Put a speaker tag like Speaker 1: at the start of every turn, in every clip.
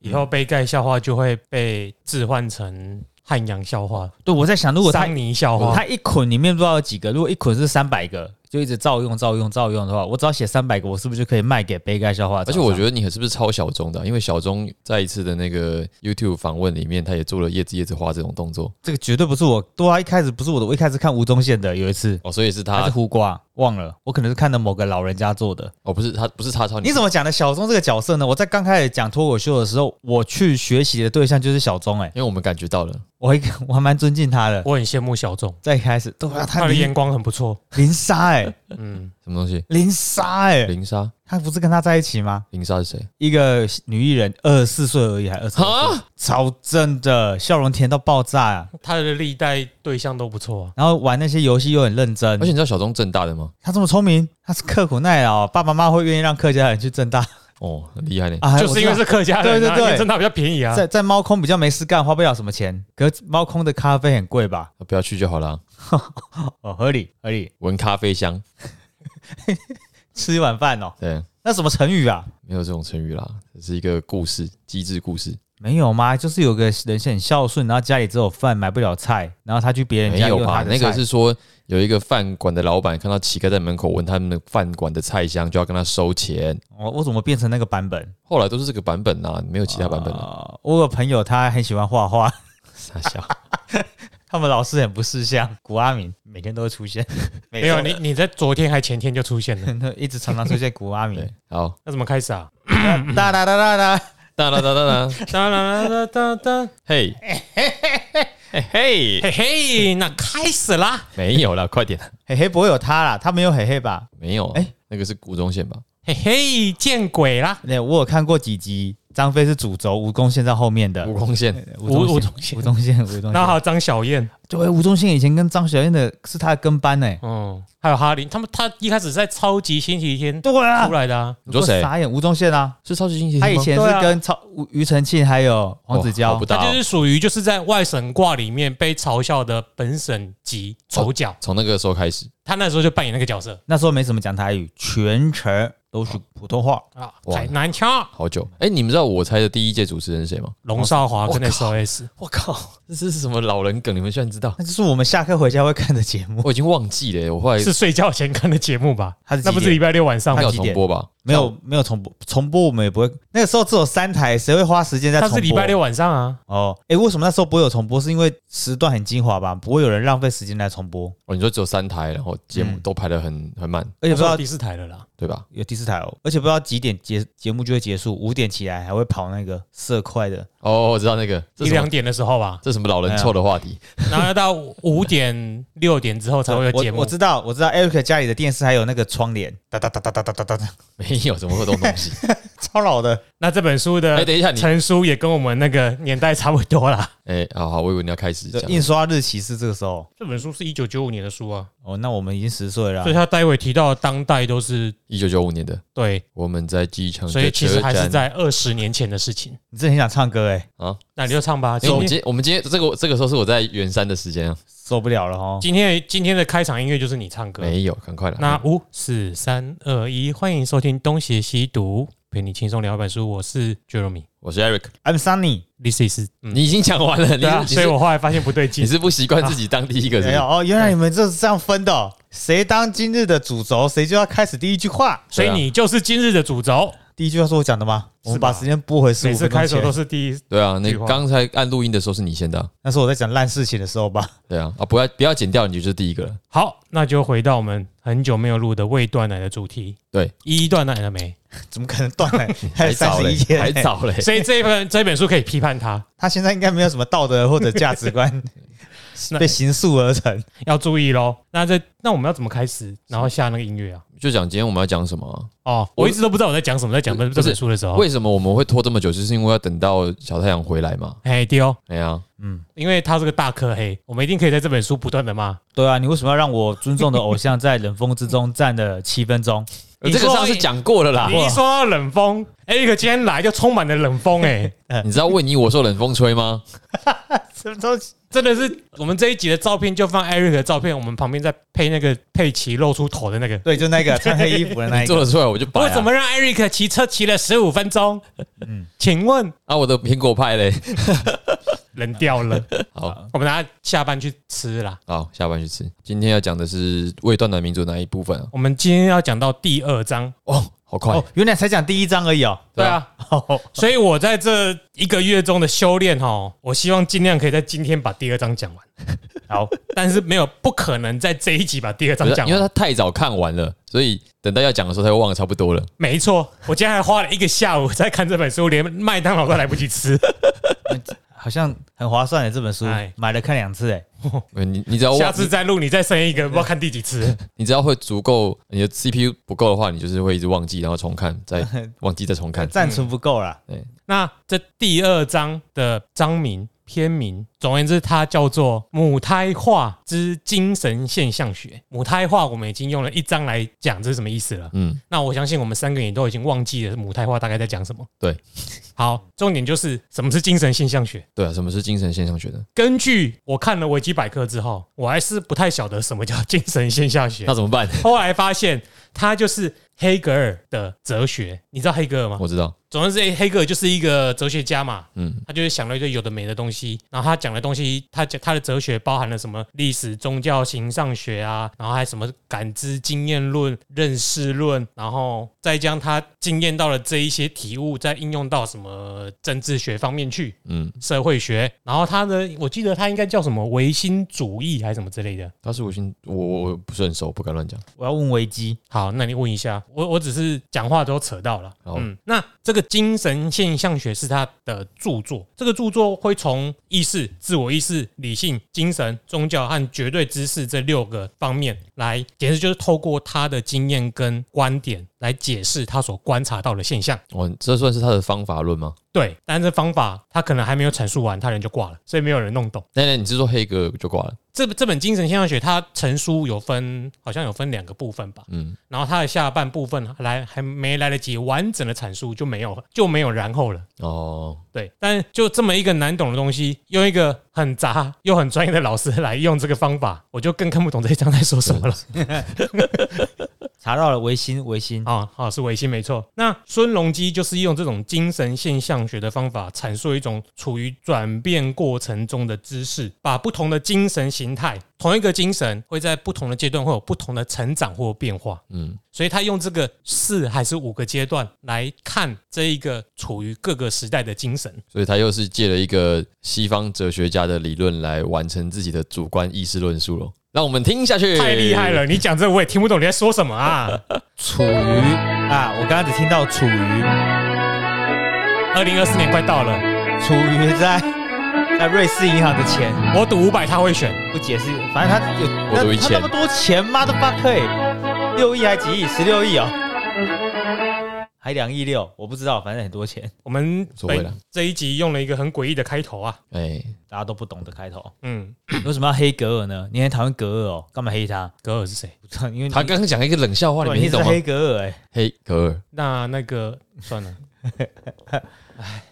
Speaker 1: 以后杯盖笑话就会被置换成汉阳笑话、
Speaker 2: 对，我在想，如果他
Speaker 1: 桑尼笑话。
Speaker 2: 他一捆里面不知道有几个，如果一捆是三百个，就一直照用、照用、照用的话，我只要写三百个，我是不是就可以卖给杯盖笑话？
Speaker 3: 啊而且我觉得你是不是抄小钟的啊、因为小钟在一次的那个 YouTube 访问里面，他也做了叶子叶子花这种动作
Speaker 2: 这个绝对不是我，对啊，一开始不是我的，我一开始看吴宗宪的有一次。
Speaker 3: 哦，所以是
Speaker 2: 还是
Speaker 3: 他
Speaker 2: 胡瓜忘了，我可能是看的某个老人家做 的。
Speaker 3: 哦，不是他不是他抄你，
Speaker 2: 你怎么讲的小钟这个角色呢？我在刚开始讲脱口秀的时候，我去学习的对象就是小钟、欸，哎，
Speaker 3: 因为我们感觉到了，
Speaker 2: 我还我还蛮尊敬他 的。
Speaker 1: 我很羡慕小众，
Speaker 2: 在一开始，对啊，
Speaker 1: 他
Speaker 2: 他
Speaker 1: 的
Speaker 2: 零
Speaker 1: 眼光很不错。
Speaker 2: 零杀哎、欸，
Speaker 1: 嗯，
Speaker 3: 什么东西？
Speaker 2: 零杀哎、欸，
Speaker 3: 林莎，
Speaker 2: 他不是跟他在一起吗？
Speaker 3: 林莎是谁？啊
Speaker 2: 一个女艺人，二十四岁而已，还二十岁，超正的，笑容甜到爆炸、啊。
Speaker 1: 他的历代对象都不错啊。
Speaker 2: 然后玩那些游戏又很认真
Speaker 3: 而且，你知道小钟正大的吗？
Speaker 2: 他这么聪明，他是刻苦耐劳，爸爸妈妈会愿意让客 家人去正大
Speaker 3: 哦，很厉害呢。
Speaker 2: 啊，
Speaker 1: 就是因为是客家人、啊，
Speaker 2: 对对对
Speaker 1: 念正大比较便宜啊。
Speaker 2: 在在猫空比较没事干，花不了什么钱，可是猫空的咖啡很贵吧？
Speaker 3: 不要去就好啦，
Speaker 2: 哦，合理合理，
Speaker 3: 闻咖啡香。
Speaker 2: 吃一碗饭哦。
Speaker 3: 对，
Speaker 2: 那什么成语啊？
Speaker 3: 没有这种成语啦，这是一个故事，机智故事。
Speaker 2: 没有吗？就是有个人是很孝顺，然后家里只有饭买不了菜，然后他去别人
Speaker 3: 没
Speaker 2: 家
Speaker 3: 有
Speaker 2: 用他
Speaker 3: 吧？
Speaker 2: 的
Speaker 3: 那
Speaker 2: 菜
Speaker 3: 个是说有一个饭馆的老板看到乞丐在门口闻他们的饭馆的菜香，就要跟他收钱。
Speaker 2: 哦我我怎么变成那个版本？
Speaker 3: 后来都是这个版本啦，没有其他版本了。
Speaker 2: 啊我有朋友他很喜欢画画，
Speaker 3: 傻笑，
Speaker 2: 他们老师很不识相，古阿明每天都会出现， 没
Speaker 1: 没有你，你在昨天还前天就出现 了。
Speaker 2: 一直常常出现古阿 明
Speaker 3: 对，，好，
Speaker 1: 那怎么开始啊？
Speaker 2: 哒哒哒哒哒，
Speaker 3: 哒哒哒哒哒，
Speaker 1: 当当当当当，
Speaker 3: 嘿，嘿嘿，
Speaker 1: 嘿嘿，那开始啦！
Speaker 3: 没有啦，快点，
Speaker 2: 嘿嘿不会有他啦，他没有嘿嘿吧？
Speaker 3: 没有，
Speaker 2: 哎
Speaker 3: 哎，那个是古中线吧？
Speaker 1: 嘿嘿，见鬼啦！
Speaker 2: 那我有看过几集，张飞是主轴，蜈蚣现在后面的
Speaker 3: 蜈蚣线，
Speaker 2: 吴
Speaker 1: 吴
Speaker 2: 宗
Speaker 1: 宗
Speaker 2: 宪，
Speaker 1: 宪
Speaker 2: 吴宗宪，吴宗
Speaker 1: 然后还
Speaker 2: 宪，
Speaker 1: 有张小燕，
Speaker 2: 对，吴宗宪以前跟张小燕的是他的跟班呢。
Speaker 1: 嗯，还有哈林，他们他一开始在超级星期天
Speaker 2: 哦对啊
Speaker 1: 出，来的啊，
Speaker 3: 你说谁
Speaker 2: 傻眼，吴宗宪啊，
Speaker 3: 是超级星期天吗
Speaker 2: 他以前
Speaker 1: 对
Speaker 2: 是
Speaker 1: 啊
Speaker 2: 跟超吴庾澄庆还有黄子
Speaker 3: 哇
Speaker 2: 佼
Speaker 3: 好不，
Speaker 1: 他
Speaker 3: 搭
Speaker 1: 就
Speaker 3: 哦
Speaker 1: 是属于就是在外省挂里面被嘲笑的本省级丑角，
Speaker 3: 从那个时候开始，
Speaker 1: 他那时候就扮演那个角色
Speaker 2: 那时候没怎么讲台语，全程都是普通话。
Speaker 1: 啊，
Speaker 3: 哇
Speaker 1: 台南腔，
Speaker 3: 好久。哎，你们知道我猜的第一届主持人是谁吗？
Speaker 1: 龙少华跟
Speaker 3: 我靠
Speaker 1: SOS，
Speaker 3: 我靠，这是什么老人梗？你们居然知道？
Speaker 2: 那就是我们下课回家会看的节目，
Speaker 3: 我已经忘记了，我后来
Speaker 1: 是睡觉前看的节目吧？
Speaker 2: 他是几
Speaker 1: 那不是
Speaker 2: 点
Speaker 1: 礼拜六晚上
Speaker 3: 没
Speaker 1: 吗
Speaker 3: 有？
Speaker 2: 几
Speaker 3: 重
Speaker 2: 点
Speaker 3: 播吧？
Speaker 2: 没有没有重播，重播我们也不会。那个时候只有三台，谁会花时间在
Speaker 1: 他
Speaker 2: 重播？
Speaker 1: 是礼拜六晚上啊，
Speaker 2: 哦，诶，为什么那时候不会有重播？是因为时段很精华吧，不会有人浪费时间来重播。
Speaker 3: 哦，你说只有三台，然后节目
Speaker 2: 嗯
Speaker 3: 都排得很很满，
Speaker 2: 而且不知道
Speaker 1: 他是第四台了啦。
Speaker 3: 对吧？
Speaker 2: 有第四台哦，而且不知道几点节节目就会结束，五点起来还会跑那个色块的，
Speaker 3: 哦，我知道那个，这
Speaker 1: 一
Speaker 3: 什么
Speaker 1: 两点的时候吧，
Speaker 3: 这什么老人臭的话题，
Speaker 1: 然后要到五点六点之后才会有节
Speaker 2: 我
Speaker 1: 目
Speaker 2: 我。知道，我知道，Eric 家里的电视还有那个窗帘，哒哒哒哒哒哒哒哒哒，
Speaker 3: 没有怎么会有这种东西？
Speaker 2: 超老的。
Speaker 1: 那这本书的
Speaker 3: 哎等一下你
Speaker 1: 成书也跟我们那个年代差不多啦。
Speaker 3: 哎，好好，我以为你要开始
Speaker 2: 对
Speaker 3: 讲，
Speaker 2: 印刷日期是这个时候
Speaker 1: 这本书是一九九五年的书啊，
Speaker 2: 哦，那我们已经十岁了啊
Speaker 1: 所以。他待会提到的当代都是
Speaker 3: 一九九五年的，
Speaker 1: 对，
Speaker 3: 我们在机
Speaker 2: 嗯
Speaker 3: 场的
Speaker 1: 所以其实还
Speaker 3: 车
Speaker 1: 是
Speaker 3: 站
Speaker 1: 在二十年前的事情。
Speaker 2: 你真的很想唱歌哎，
Speaker 3: 啊，
Speaker 1: 那你就唱吧。
Speaker 3: 因为
Speaker 1: 今
Speaker 3: 我们
Speaker 1: 天
Speaker 3: 今我们今天这个这个时候是我在圆山的时间啊，
Speaker 2: 受不了哦了哈。
Speaker 1: 今天今天的开场音乐就是你唱歌。
Speaker 3: 没有，赶快来，
Speaker 1: 那五四三二一，欢迎收听《东邪西毒》，陪你轻松聊一本书。我是 Jeremy，This
Speaker 3: 我是 Eric，
Speaker 2: I'm Sunny，
Speaker 1: is 嗯，
Speaker 3: 你已经讲完了，你
Speaker 1: 对啊，
Speaker 3: 是
Speaker 1: 所以
Speaker 3: 你
Speaker 1: 我
Speaker 3: 是
Speaker 1: 啊后来发现不对劲
Speaker 3: 你。是不习惯自己当第一个，是不
Speaker 2: 没
Speaker 3: 是
Speaker 2: 有哦，原来你们这是这样分的哦、谁当今日的主轴，谁就要开始第一句话。
Speaker 1: 所以你就是今日的主轴，
Speaker 2: 第一句话是我讲的吗？我们
Speaker 1: 吧
Speaker 2: 把时间拨回十
Speaker 1: 每
Speaker 2: 五
Speaker 1: 次
Speaker 2: 分
Speaker 1: 开
Speaker 2: 钟
Speaker 1: 头都
Speaker 2: 前，
Speaker 1: 是第一。
Speaker 3: 对啊，那
Speaker 1: 句话
Speaker 3: 刚才按录音的时候是你先的啊，
Speaker 2: 那是我在讲烂事情的时候吧。
Speaker 3: 对啊，啊，不要不要剪掉，你就是第一个了，
Speaker 1: 好，那就回到我们很久没有录的未断奶的主题。
Speaker 3: 对，
Speaker 1: 一一断奶了没？
Speaker 2: 怎么可能断奶？还 有三
Speaker 3: 早
Speaker 2: 十
Speaker 3: 嘞
Speaker 2: 一，天、
Speaker 3: 还。早嘞，
Speaker 1: 所以这一本这本书可以批判它。
Speaker 2: 他现在应该没有什么道德或者价值 观
Speaker 1: 那
Speaker 2: 被形塑而成。
Speaker 1: 要注意喽。那这那我们要怎么开始？然后下那个音乐啊？
Speaker 3: 就讲今天我们要讲什么啊。
Speaker 1: 哦，
Speaker 3: 我
Speaker 1: 我一直都不知道我在讲什么，在讲这
Speaker 3: 不是
Speaker 1: 这本书的时候，
Speaker 3: 为什么我们会拖这么久？就是因为要等到小太阳回来嘛。
Speaker 1: 哎丢、哦，
Speaker 3: 哎呀，
Speaker 2: 嗯，
Speaker 1: 因为他这个大科黑，我们一定可以在这本书不断的骂。
Speaker 2: 对啊，你为什么要让我尊重的偶像在冷风之中站了七分钟？
Speaker 3: 这
Speaker 1: 你
Speaker 3: 个
Speaker 1: 说
Speaker 3: 上次讲过了啦。
Speaker 1: 你一说到冷风，Eric 今天来就充满了冷风哎、
Speaker 3: 你知道为你我受冷风吹吗？
Speaker 2: 什么东西？
Speaker 1: 真的是我们这一集的照片就放 Eric 的照片，我们旁边再配那个佩奇露出头的那个。
Speaker 2: 对，就那个穿黑衣服的
Speaker 1: 哎
Speaker 2: 那一
Speaker 3: 做
Speaker 2: 个，
Speaker 3: 得出来我就摆
Speaker 1: 我
Speaker 3: 啊
Speaker 1: 怎么让 Eric 骑车骑了十五分钟？
Speaker 2: 嗯，
Speaker 1: 请问
Speaker 3: 啊，我的苹果派嘞。
Speaker 1: 人掉了，
Speaker 3: 好
Speaker 1: 我们拿下班去吃啦。
Speaker 3: 好，下班去吃。今天要讲的是未断奶民族哪一部分啊？
Speaker 1: 我们今天要讲到第二章，
Speaker 3: 哦，好快，
Speaker 2: 哦，原来才讲第一章而已哦。
Speaker 1: 对啊，所以我在这一个月中的修炼哈，我希望尽量可以在今天把第二章讲完。
Speaker 2: 好，
Speaker 1: 但是没有不可能在这一集把第二章
Speaker 3: 不是
Speaker 1: 讲
Speaker 3: 因为
Speaker 1: 完。
Speaker 3: 他太早看完了，所以等到要讲的时候，他又忘得差不多了。
Speaker 1: 没错，我今天还花了一个下午在看这本书，连麦当劳都来不及 吃。
Speaker 2: 好像很划算的这本书
Speaker 1: 哎，
Speaker 2: 买了看两次哎。
Speaker 3: 呃你你只要
Speaker 1: 下
Speaker 3: 忘，
Speaker 1: 次再录，你再生一个，不知道看第几 次。
Speaker 3: 你只要会足够，你的 CPU 不够的话，你就是会一直忘记，然后重看，再忘记再重看。
Speaker 2: 暂存不够啦，
Speaker 1: 那这第二章的章名篇名，总而言之，它叫做《母胎化之精神现象学》。母胎化我们已经用了一章来讲这是什么意思了。
Speaker 3: 嗯，
Speaker 1: 那我相信我们三个也都已经忘记了母胎化大概在讲什么。
Speaker 3: 对，
Speaker 1: 好，重点就是什么是精神现象学。
Speaker 3: 对啊，什么是精神现象学呢？
Speaker 1: 根据我看了维基百科之后，我还是不太晓得什么叫精神现象学
Speaker 3: 那。怎么办？
Speaker 1: 后来发现，它就是黑格尔的哲学。你知道黑格尔吗？
Speaker 3: 我知道，
Speaker 1: 总之，黑格尔就是一个哲学家嘛，
Speaker 3: 嗯，
Speaker 1: 他就是想了一堆有的没的东西，然后他讲的东西，他讲他的哲学包含了什么历史、宗教、形上学啊，然后还有什么感知经验论、认识论，然后再将他经验到的这一些体悟，再应用到什么政治学方面去，
Speaker 3: 嗯，
Speaker 1: 社会学，然后他的我记得他应该叫什么唯心主义还是什么之类的。
Speaker 3: 他是我心，我我我不是很熟，不敢乱讲。
Speaker 2: 我要问维基。
Speaker 1: 好，那你问一下，我我只是讲话都扯到了。
Speaker 3: 好
Speaker 1: 嗯，那这个精神现象学是他的著作，这个著作会从意识、自我意识、理性、精神、宗教和绝对知识这六个方面来，解释，就是透过他的经验跟观点来解释他所观察到的现象。
Speaker 3: 哦，这算是他的方法论吗？
Speaker 1: 对，但这方法他可能还没有阐述完，他人就挂了，所以没有人弄懂。
Speaker 3: 那那你是说黑格尔就挂了？
Speaker 1: 这这本精神现象学，它成书有分，好像有分两个部分吧。
Speaker 3: 嗯，
Speaker 1: 然后它的下半部分来还没来得及完整的阐述，就没有就没有然后了。
Speaker 3: 哦，
Speaker 1: 对，但就这么一个难懂的东西，用一个很杂又很专业的老师来用这个方法，我就更看不懂这一章在说什么了。
Speaker 2: 查到了维新，维
Speaker 3: 嗯
Speaker 2: 新
Speaker 1: 啊，好、是维新没错。那孙隆基就是用这种精神现象学的方法，阐述一种处于转变过程中的知识，把不同的精神形态，同一个精神会在不同的阶段会有不同的成长或变化。
Speaker 3: 嗯，
Speaker 1: 所以他用这个四还是五个阶段来看这一个处于各个时代的精神。
Speaker 3: 所以他又是借了一个西方哲学家的理论来完成自己的主观意识论述咯。让我们听下去，
Speaker 1: 太厉害了！你讲这我也听不懂你在说什么啊！
Speaker 2: 楚瑜啊，我刚刚只听到楚瑜，
Speaker 1: 二零二四年快到了，
Speaker 2: 楚瑜在 在瑞士银行的钱
Speaker 1: 我赌五百他会选。
Speaker 2: 不解释，反正他有
Speaker 3: 我
Speaker 2: 那
Speaker 3: 都一
Speaker 2: 他
Speaker 3: 千
Speaker 2: 那么多钱，mother fuck，六亿还几亿，十六亿哦，还两亿六，我不知道，反正很多钱，
Speaker 1: 我们
Speaker 3: 所谓了
Speaker 1: 这一集用了一个很诡异的开头啊，
Speaker 3: 哎，
Speaker 2: 大家都不懂的开 头，
Speaker 1: 嗯，
Speaker 2: 为什么要黑格尔呢？你很讨厌格尔哦，干嘛黑他？
Speaker 1: 格尔是谁？
Speaker 2: 不知道， 因为
Speaker 3: 他刚刚讲一个冷笑话，
Speaker 2: 哇
Speaker 3: 你
Speaker 2: 你
Speaker 3: 没听
Speaker 2: 是
Speaker 3: 懂吗？
Speaker 2: 黑格尔哎、
Speaker 3: 黑格尔，
Speaker 1: 那那个算了。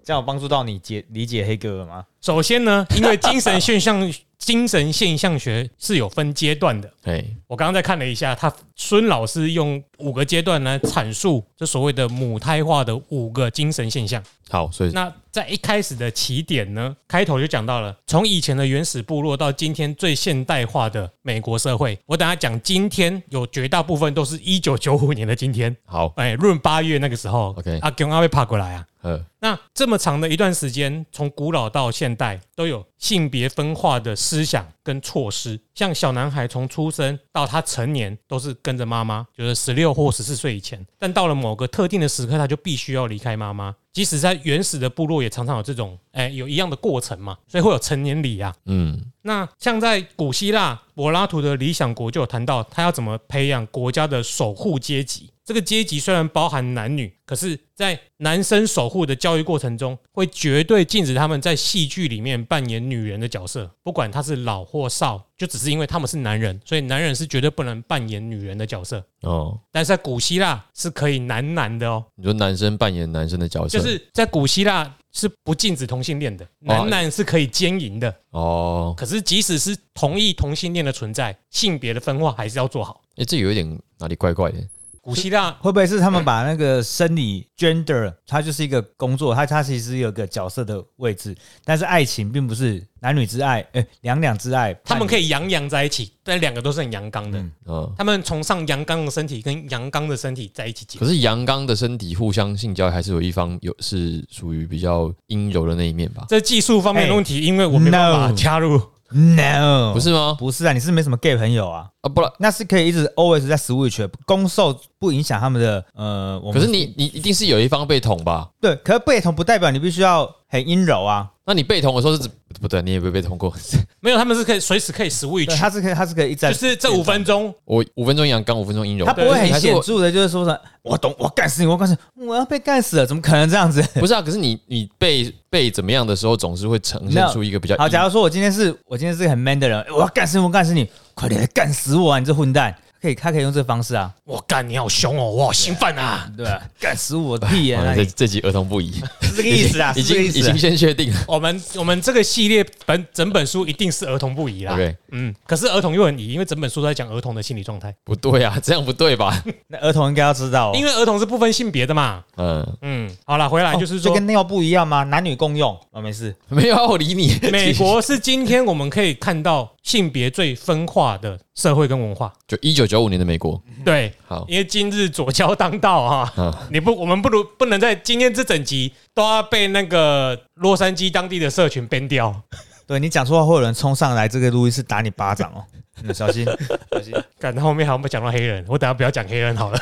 Speaker 2: 这样有帮助到你解理解黑格尔吗？
Speaker 1: 首先呢，因为精神现象、 精神现象学是有分阶段的。
Speaker 3: 哎，
Speaker 1: 我刚刚在看了一下，他孙老师用五个阶段来阐述这所谓的母胎化的五个精神现象。
Speaker 3: 好，所以
Speaker 1: 那在一开始的起点呢，开头就讲到了，从以前的原始部落到今天最现代化的美国社会。我等下讲今天有绝大部分都是一九九五年的今天，
Speaker 3: 好，
Speaker 1: 哎，闰八月那个时候
Speaker 3: OK
Speaker 1: 阿公阿被爬过来啊。
Speaker 3: 呃，
Speaker 1: 那这么长的一段时间，从古老到现代，都有性别分化的思想跟措施。像小男孩从出生到他成年，都是跟着妈妈，就是十六或十四岁以前。但到了某个特定的时刻，他就必须要离开妈妈。即使在原始的部落，也常常有这种，哎、有一样的过程嘛，所以会有成年礼啊。
Speaker 3: 嗯，
Speaker 1: 那像在古希腊柏拉图的《理想国》就有谈到，他要怎么培养国家的守护阶级。这个阶级虽然包含男女，可是，在男生守护的教育过程中，会绝对禁止他们在戏剧里面扮演女人的角色，不管他是老或少，就只是因为他们是男人，所以男人是绝对不能扮演女人的角色。
Speaker 3: 哦，
Speaker 1: 但是在古希腊是可以男男的哦，
Speaker 3: 你说男生扮演男生的角色，
Speaker 1: 就是在古希腊是不禁止同性恋的，男男是可以奸淫的。
Speaker 3: 哦，
Speaker 1: 可是即使是同意同性恋的存在，性别的分化还是要做好。
Speaker 3: 哎、这有一点哪里怪怪的，
Speaker 1: 古希腊
Speaker 2: 会不会是他们把那个生理 gender，它就是一个工作，它它其实有个角色的位置，但是爱情并不是男女之爱，哎、两两之爱，
Speaker 1: 他们可
Speaker 2: 以
Speaker 1: 以阳阳在一起，但两个都是很阳刚的。
Speaker 2: 嗯
Speaker 3: 嗯。
Speaker 1: 他们崇尚阳刚的身体跟阳刚的身体在一起结
Speaker 3: 可
Speaker 1: 合。
Speaker 3: 是阳刚的身体互相性交，还是有一方有是属于比较阴柔的那一面吧？
Speaker 1: 这技术方面的问题，因为我没办法
Speaker 2: No
Speaker 1: 加入。哦
Speaker 2: no，
Speaker 3: 不是吗？
Speaker 2: 不是啊，你是没什么 gay 朋友啊，
Speaker 3: 啊，不然，
Speaker 2: 那是可以一直 always 在 switch 攻受不影响他们的呃，我们
Speaker 3: 可是你你一定是有一方被捅吧？
Speaker 2: 对，可是被捅不代表你必须要很阴柔啊，
Speaker 3: 那你被捅的时候是指不对，你也没被捅过。
Speaker 1: 没有，他们是可以随时可以 switch，
Speaker 2: 对， 他是可以他是可以一直在
Speaker 1: 就是这五分钟，
Speaker 3: 我五分钟阳刚，五分钟阴柔，
Speaker 2: 他不会
Speaker 3: 还
Speaker 2: 很
Speaker 3: 是我
Speaker 2: 显著的，就是说什么我懂，我干死你，我干死你，我要被干死了，怎么可能这样子？
Speaker 3: 不是啊，可是你你被被怎么样的时候，总是会呈现出一个比较
Speaker 2: 好，
Speaker 3: 阴
Speaker 2: 假如说我今天是我今天是个很 man 的人，我要干死你，我干死你，快点来干死我啊！你这混蛋，可以他可以用这个方式啊，
Speaker 1: 我干，你好凶哦，我好兴奋啊！
Speaker 2: 对 吧？干死我屁眼、
Speaker 3: 哇
Speaker 2: 啊，
Speaker 3: 这
Speaker 2: 你
Speaker 3: 这集儿童不宜，
Speaker 2: 是这个 意思啊，
Speaker 3: 已
Speaker 2: 是这个
Speaker 3: 经
Speaker 2: 意
Speaker 3: 已
Speaker 2: 思啊
Speaker 3: 经。先确定了。
Speaker 1: 我们我们这个系列本整本书一定是儿童不
Speaker 2: 啊
Speaker 1: 宜啦。
Speaker 3: OK，
Speaker 1: 嗯，可是儿童又很宜，因为整本书都在讲儿童的心理状态，
Speaker 3: 不对啊，这样不对 吧？
Speaker 2: 那儿童应该要知道、哦，
Speaker 1: 因为儿童是不分性别的嘛。
Speaker 3: 嗯，
Speaker 1: 嗯，好了，回来就是
Speaker 2: 哦
Speaker 1: 说
Speaker 2: 这，跟尿布一样吗？男女共用哦，没事。
Speaker 3: 没有啊，我理 你。
Speaker 1: 美国是今天我们可以看到性别最分化的社会跟文化。
Speaker 3: 就一九九五年的美国，
Speaker 1: 对，
Speaker 3: 好
Speaker 1: 因为今日左交当道啊，
Speaker 3: 啊，
Speaker 1: 你不，我们不如不能在今天这整集都要被那个洛杉矶当地的社群 ban 掉。
Speaker 2: 对你讲错话，会有人冲上来，这个录音室打你巴掌哦，嗯、小 心小心。
Speaker 1: 感到后面好像不讲到黑人，我等下不要讲黑人好了。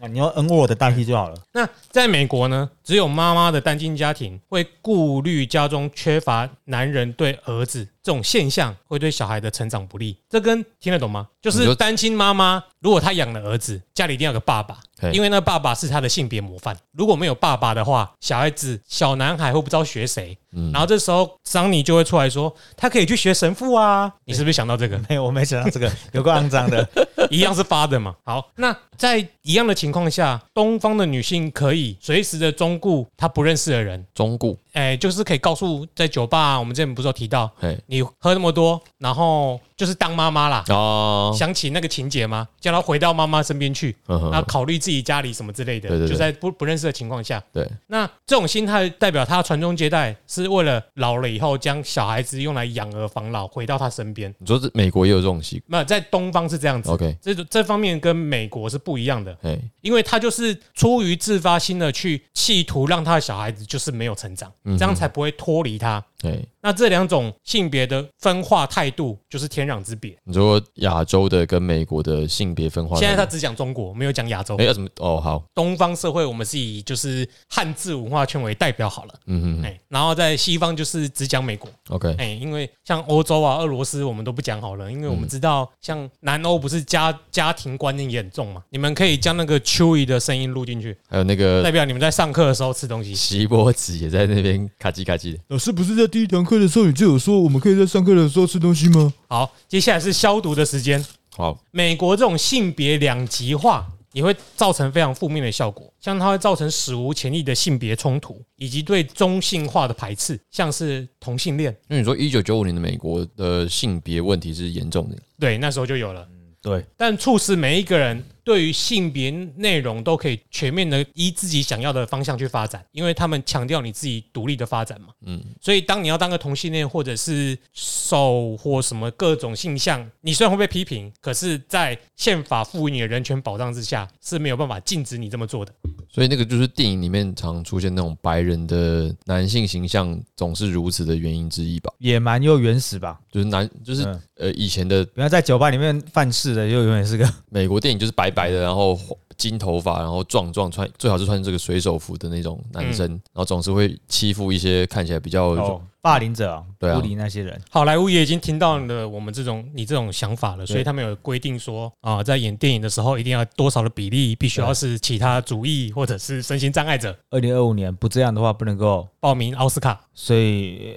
Speaker 2: 啊你用 N word 代替就好了。
Speaker 1: 那在美国呢，只有妈妈的单亲家庭会顾虑家中缺乏男人对儿子这种现象，会对小孩的成长不利。这跟听得懂吗？就
Speaker 3: 你
Speaker 1: 是
Speaker 3: 说
Speaker 1: 单亲妈妈如果她养了儿子，家里一定要有个爸爸
Speaker 3: 嘿，
Speaker 1: 因为那爸爸是她的性别模范。如果没有爸爸的话，小孩子小男孩会不知道学谁。
Speaker 3: 嗯
Speaker 1: 然后这时候桑尼就会出来说，他可以去学神父啊。你是不是想到这个？
Speaker 2: 没有，我没想到这个有够肮脏的。
Speaker 1: 一样是发的嘛。好，那在一样的情况下，东方的女性可以随时的忠顾她不认识的人，
Speaker 3: 中顾，
Speaker 1: 哎、就是可以告诉在酒吧、我们之前不是有提到，
Speaker 3: 哎，
Speaker 1: 你喝那么多，然后就是当妈妈啦。
Speaker 3: 哦，
Speaker 1: 想起那个情节吗？叫她回到妈妈身边去，
Speaker 3: 嗯
Speaker 1: 然后
Speaker 3: 哼，
Speaker 1: 考虑自己家里什么之类的，
Speaker 3: 对对对
Speaker 1: 就在不不认识的情况下，
Speaker 3: 对，
Speaker 1: 那这种心态代表她传宗接代是为了老了以后将小孩子用来养儿防老，回到她身边。
Speaker 3: 你说这美国也有这种习
Speaker 1: 那在东方是这样子，
Speaker 3: ，OK，
Speaker 1: 这这方面跟美国是不一样的。
Speaker 3: 哎，
Speaker 1: 因为他就是出于自发性的去企图让他的小孩子就是没有成长，
Speaker 3: 嗯哼
Speaker 1: 这样才不会脱离他。
Speaker 3: 哎，
Speaker 1: 那这两种性别的分化态度就是天壤之别。
Speaker 3: 你说亚洲的跟美国的性别分化那个，
Speaker 1: 现在他只讲中国，没有讲亚洲。
Speaker 3: 哎要怎么？哦，好，
Speaker 1: 东方社会我们是以就是汉字文化圈为代表好了，
Speaker 3: 嗯哼
Speaker 1: 哎，然后在西方就是只讲美国，
Speaker 3: ，OK，
Speaker 1: 哎，因为像欧洲啊、俄罗斯我们都不讲好了，因为我
Speaker 3: 嗯
Speaker 1: 们知道像南欧不是家家庭观念也很重嘛，你们可以将那个秋雨的声音录进去，
Speaker 3: 还有那个
Speaker 1: 代表你们在上课的时候吃东西。
Speaker 3: 席波子也在那边咔叽咔叽的，
Speaker 2: 老师不是在第一堂课的时候你就有说我们可以在上课的时候吃东西吗？
Speaker 1: 好，接下来是消毒的时间。
Speaker 3: 好，
Speaker 1: 美国这种性别两极化也会造成非常负面的效果，像它会造成史无前例的性别冲突，以及对中性化的排斥，像是同性恋。
Speaker 3: 那你说一九九五年的美国的性别问题是严重的，
Speaker 1: 对，那时候就有了。
Speaker 2: 对，
Speaker 1: 但促使每一个人对于性别内容都可以全面的依自己想要的方向去发展，因为他们强调你自己独立的发展嘛。
Speaker 3: 嗯，
Speaker 1: 所以当你要当个同性恋或者是受或什么各种性向，你虽然会被批评，可是，在宪法赋予你的人权保障之下，是没有办法禁止你这么做的。
Speaker 3: 所以那个就是电影里面常出现那种白人的男性形象总是如此的原因之一吧，
Speaker 2: 野蛮又原始吧，
Speaker 3: 就是男就是、
Speaker 2: 嗯
Speaker 3: 呃以前的
Speaker 2: 不要在酒吧里面犯事的，又永远是个
Speaker 3: 美国电影就是白白的，然后黄金头发，然后壮壮穿，最好是穿这个水手服的那种男生，然后总是会欺负一些看起来比较、
Speaker 2: 嗯哦霸凌者啊，
Speaker 3: 对啊
Speaker 2: 不理那些人。
Speaker 1: 好莱坞也已经听到了我们这种你这种想法了，所以他们有规定说啊，在演电影的时候，一定要多少的比例必须要是其他族裔或者是身心障碍者
Speaker 2: 二零二五年不这样的话不能够，
Speaker 1: 报名奥斯卡。
Speaker 2: 所以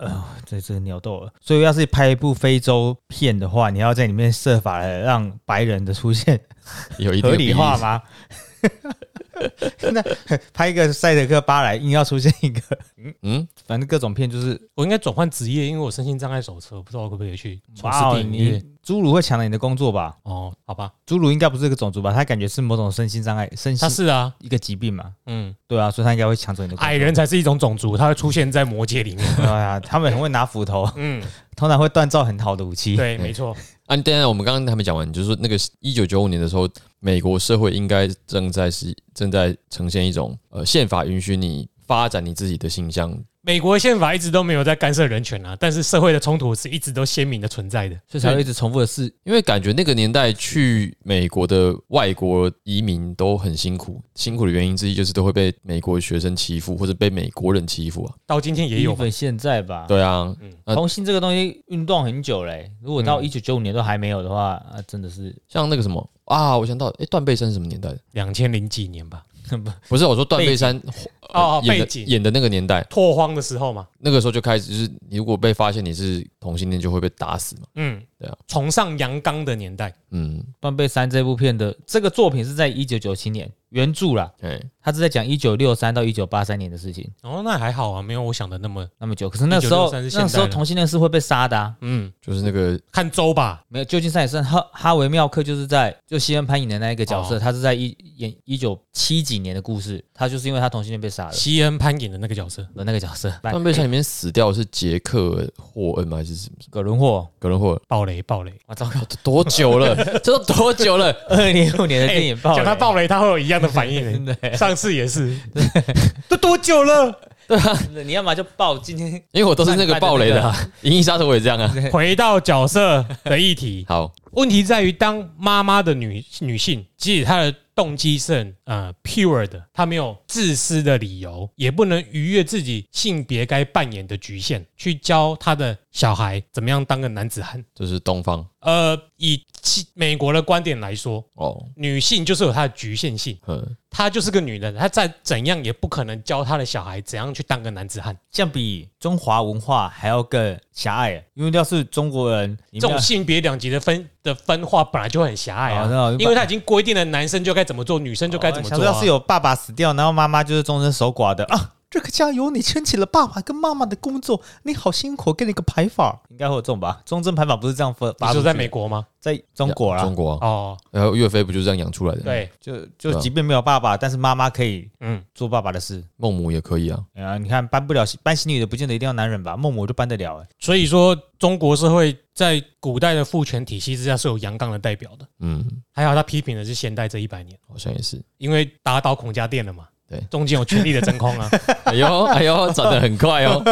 Speaker 2: 呃，这这个鸟豆了。所以要是拍一部非洲片的话，你要在里面设法让白人的出现
Speaker 3: 有一
Speaker 2: 合
Speaker 3: 定的
Speaker 2: 理
Speaker 3: 比例
Speaker 2: 化？吗？ 那拍一个赛德克巴莱，硬要出现一个，
Speaker 3: 嗯，
Speaker 2: 反正各种片就是
Speaker 1: 我应该转换职业，因为我身心障碍手册，我不知道我可不可以去从事
Speaker 2: 哇哦，
Speaker 1: 电影业。
Speaker 2: 你侏儒会抢了你的工作吧？
Speaker 1: 哦，好吧，
Speaker 2: 侏儒应该不是个种族吧？他感觉是某种身心障碍，身
Speaker 1: 他
Speaker 2: 心
Speaker 1: 是啊，
Speaker 2: 一个疾病嘛？
Speaker 1: 嗯，
Speaker 2: 对啊，所以他应该会抢走你的工作
Speaker 1: 矮。人才是一种种族，他会出现在魔界里 面。
Speaker 2: 对啊，他们很会拿斧头，
Speaker 1: 嗯，
Speaker 2: 通常会锻造很好的武器。
Speaker 1: 对，没错，
Speaker 3: 啊，当然我们刚刚还没讲完，就是说那个一九九五年的时候，美国社会应该正在是正在呈现一种呃宪法允许你发展你自己的形象，
Speaker 1: 美国宪法一直都没有在干涉人权啊，但是社会的冲突是一直都鲜明的存在的。
Speaker 2: 所以才会一直重复的事。
Speaker 3: 因为感觉那个年代去美国的外国移民都很辛苦，辛苦的原因之一就是都会被美国学生欺负或者被美国人欺负啊。
Speaker 1: 到今天也有吧，
Speaker 2: even 现在吧，
Speaker 3: 对啊，呃
Speaker 2: 同性这个东西运动很久嘞、如果到
Speaker 1: 嗯
Speaker 2: 一九九五年都还没有的话，啊，真的是
Speaker 3: 像那个什么啊，我想到哎，段贝山是什么年代的？
Speaker 1: 两千零几年吧，
Speaker 3: 不是我说段贝山
Speaker 1: 哦
Speaker 3: 呃
Speaker 1: 哦
Speaker 3: 演
Speaker 1: 背
Speaker 3: 的
Speaker 1: 景
Speaker 3: 演的那个年代，
Speaker 1: 拓荒的时候嘛，
Speaker 3: 那个时候就开始就是你如果被发现你是同性恋就会被打死嘛。
Speaker 1: 嗯，
Speaker 3: 对啊，
Speaker 1: 崇尚阳刚的年代，
Speaker 3: 嗯，
Speaker 2: 《半贝山》这部片的这个作品是在一九九七年原著啦，
Speaker 3: 哎。
Speaker 2: 它是在讲一九六三到一九八三年的事情，
Speaker 1: 哦，那还好啊，没有我想的那么，
Speaker 2: 那么久。可是那时候
Speaker 1: 1963是现代
Speaker 2: 那时候
Speaker 1: 了
Speaker 2: 同性恋是会被杀的啊。
Speaker 1: 嗯，
Speaker 3: 就是那个
Speaker 1: 看周吧，
Speaker 2: 没有，旧金山也是哈哈维妙克就是在就西恩潘颖的那一个角色，
Speaker 1: 哦
Speaker 2: 他是在一演一九七几年的故事，他就是因为他同性恋被杀了
Speaker 1: 西恩潘演的那个角色，
Speaker 2: 的那个角色，
Speaker 3: 断背山里面死掉的是杰克霍恩吗？还是什么？
Speaker 2: 葛伦霍，
Speaker 3: 格伦霍 恩？
Speaker 1: 暴雷暴雷，
Speaker 2: 我糟糕，
Speaker 3: 多久 了？这都多久了？
Speaker 2: 二零零五年的电影爆
Speaker 1: 讲
Speaker 2: 了，
Speaker 1: 他哎 暴雷，他会有一样的反应、
Speaker 2: 真的欸。
Speaker 1: 上次也 是，都多久了？
Speaker 2: 你要么就爆今天
Speaker 3: 因为我都是那个暴雷的、啊，《银翼杀手》我也这样 啊。
Speaker 1: 回到角色的议题，
Speaker 3: 好，
Speaker 1: 问题在于，当妈妈的女女性，即使她的动机是很呃 pure 的，她没有自私的理由，也不能逾越自己性别该扮演的局限，去教她的小孩怎么样当个男子汉。
Speaker 3: 就是东方
Speaker 1: 呃，以其美国的观点来说，
Speaker 3: 哦，
Speaker 1: 女性就是有她的局限性，
Speaker 3: 嗯，
Speaker 1: 她就是个女人，她再怎样也不可能教她的小孩怎样去当个男子汉。
Speaker 2: 这样比中华文化还要更狭隘，因为要是中国人，你
Speaker 1: 这
Speaker 2: 们要
Speaker 1: 种性别两极的分的分化本来就很狭隘
Speaker 2: 哦那
Speaker 1: 啊
Speaker 2: 我，
Speaker 1: 因为他已经规定了男生就该怎么做，女生就该怎么
Speaker 2: 想
Speaker 1: 做、
Speaker 2: 说
Speaker 1: 啊。
Speaker 2: 要是有爸爸死掉，然后妈妈就是终身守寡的啊，这个家由你撑起了爸爸跟妈妈的工作，你好辛苦，给你个排法，应该会有这种吧？忠贞排法不是这样分，
Speaker 1: 你
Speaker 2: 发出
Speaker 1: 说
Speaker 2: 去
Speaker 1: 在美，国吗？
Speaker 2: 在中国啦
Speaker 3: 中，国啊，
Speaker 1: 哦，
Speaker 3: 然后岳飞不就是这样养出来的？，
Speaker 1: 对，
Speaker 2: 就就即便没有爸爸，但是妈妈可以
Speaker 1: 嗯，
Speaker 2: 做爸爸的事。
Speaker 3: 孟母也可以啊。
Speaker 2: 啊，你看搬不了搬行李的，不见得一定要男人吧？孟母就搬得了、欸，
Speaker 1: 所以说中国社会在古代的父权体系之下是有阳刚的代表的。
Speaker 3: 嗯，
Speaker 1: 还好他批评的是现代这一百年，
Speaker 3: 好像也是。
Speaker 1: 因为打倒孔家店了嘛，
Speaker 3: 对
Speaker 1: 中间有权力的真空 啊。
Speaker 3: 哎呦， 哎呦，转的很快 哦。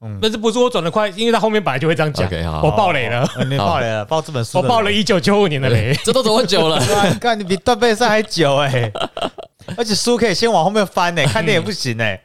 Speaker 2: 嗯
Speaker 1: 但是不是我转得快，因为他后面本来就会这样讲。
Speaker 3: OK，好
Speaker 1: 我哦爆雷了，哦
Speaker 2: 呃你
Speaker 3: 好
Speaker 2: 爆雷了，爆这本书
Speaker 1: 我
Speaker 2: 的
Speaker 1: 爆了
Speaker 2: 雷
Speaker 1: 一九九五年的雷。
Speaker 3: 这都多久 了？
Speaker 2: 哇，你看你比断背山还久哎、而且书可以先往后面翻呢、看电影不行哎、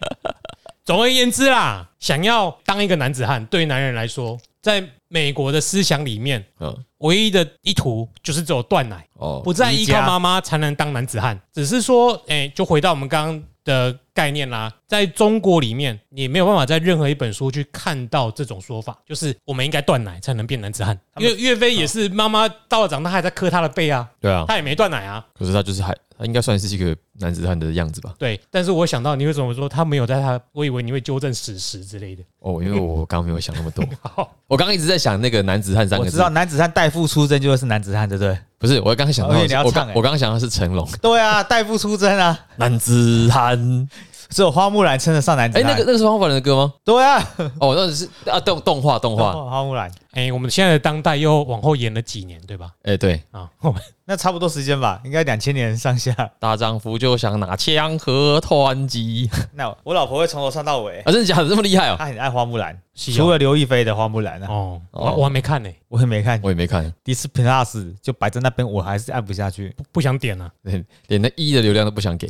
Speaker 1: 总而言之啦，想要当一个男子汉，对于男人来说，在美国的思想里面，
Speaker 3: 嗯，
Speaker 1: 唯一的一途就是只有断奶，
Speaker 3: 哦，
Speaker 1: 不再依
Speaker 2: 离
Speaker 1: 靠
Speaker 2: 家
Speaker 1: 妈妈才能当男子汉。只是说，哎、就回到我们刚刚的概念啦，在中国里面，你没有办法在任何一本书去看到这种说法，就是我们应该断奶才能变男子汉。因为岳飞也是妈妈到了长大还在磕他的背啊，
Speaker 3: 对啊。
Speaker 1: 他也没断奶啊。
Speaker 3: 可是他就是还，他应该算是一个男子汉的样子吧？
Speaker 1: 对，但是我想到你为什么说他没有在他，我以为你会纠正史实之类的。
Speaker 3: 哦，因为我刚刚没有想那么 多，
Speaker 1: 好，
Speaker 3: 我刚刚一直在想那个男子汉三
Speaker 2: 我
Speaker 3: 个
Speaker 2: 知
Speaker 3: 字
Speaker 2: 道，男子汉代父出征就是男子汉，对不对？
Speaker 3: 不是，我刚刚想
Speaker 2: 哦
Speaker 3: 到的
Speaker 2: 因为你
Speaker 3: 是，
Speaker 2: 要
Speaker 3: 我
Speaker 2: 唱
Speaker 3: 刚
Speaker 2: 欸
Speaker 3: 我刚刚想到是成龙，
Speaker 2: 对啊，代父出征啊，
Speaker 3: 男子汉。
Speaker 2: 只有花木兰称得上男子
Speaker 3: 哎、
Speaker 2: 汉。
Speaker 3: 那个那个是方法人的歌吗？
Speaker 2: 对啊，
Speaker 3: 哦，那是啊动动画动画，
Speaker 2: 花木兰，
Speaker 1: 哎、我们现在的当代又往后延了几年，对吧？
Speaker 3: 哎、对，
Speaker 1: 啊，我们
Speaker 2: 那差不多时间吧，应该两千年上下。
Speaker 3: 大丈夫就想拿枪和团 击
Speaker 2: 那我我老婆会从头上到尾，
Speaker 3: 啊，真的假的这么厉害 哦？
Speaker 2: 她很爱花木兰，
Speaker 1: 是哦
Speaker 2: 除了刘亦菲的花木兰啊，
Speaker 1: 哦，我
Speaker 3: 哦
Speaker 1: 我还没看呢、
Speaker 2: 我也没看。
Speaker 3: 我也没看，
Speaker 2: 迪斯 Plus 就摆在那边，我还是按不下去。
Speaker 1: 不不想点啊。
Speaker 3: 连连 那一的流量都不想给，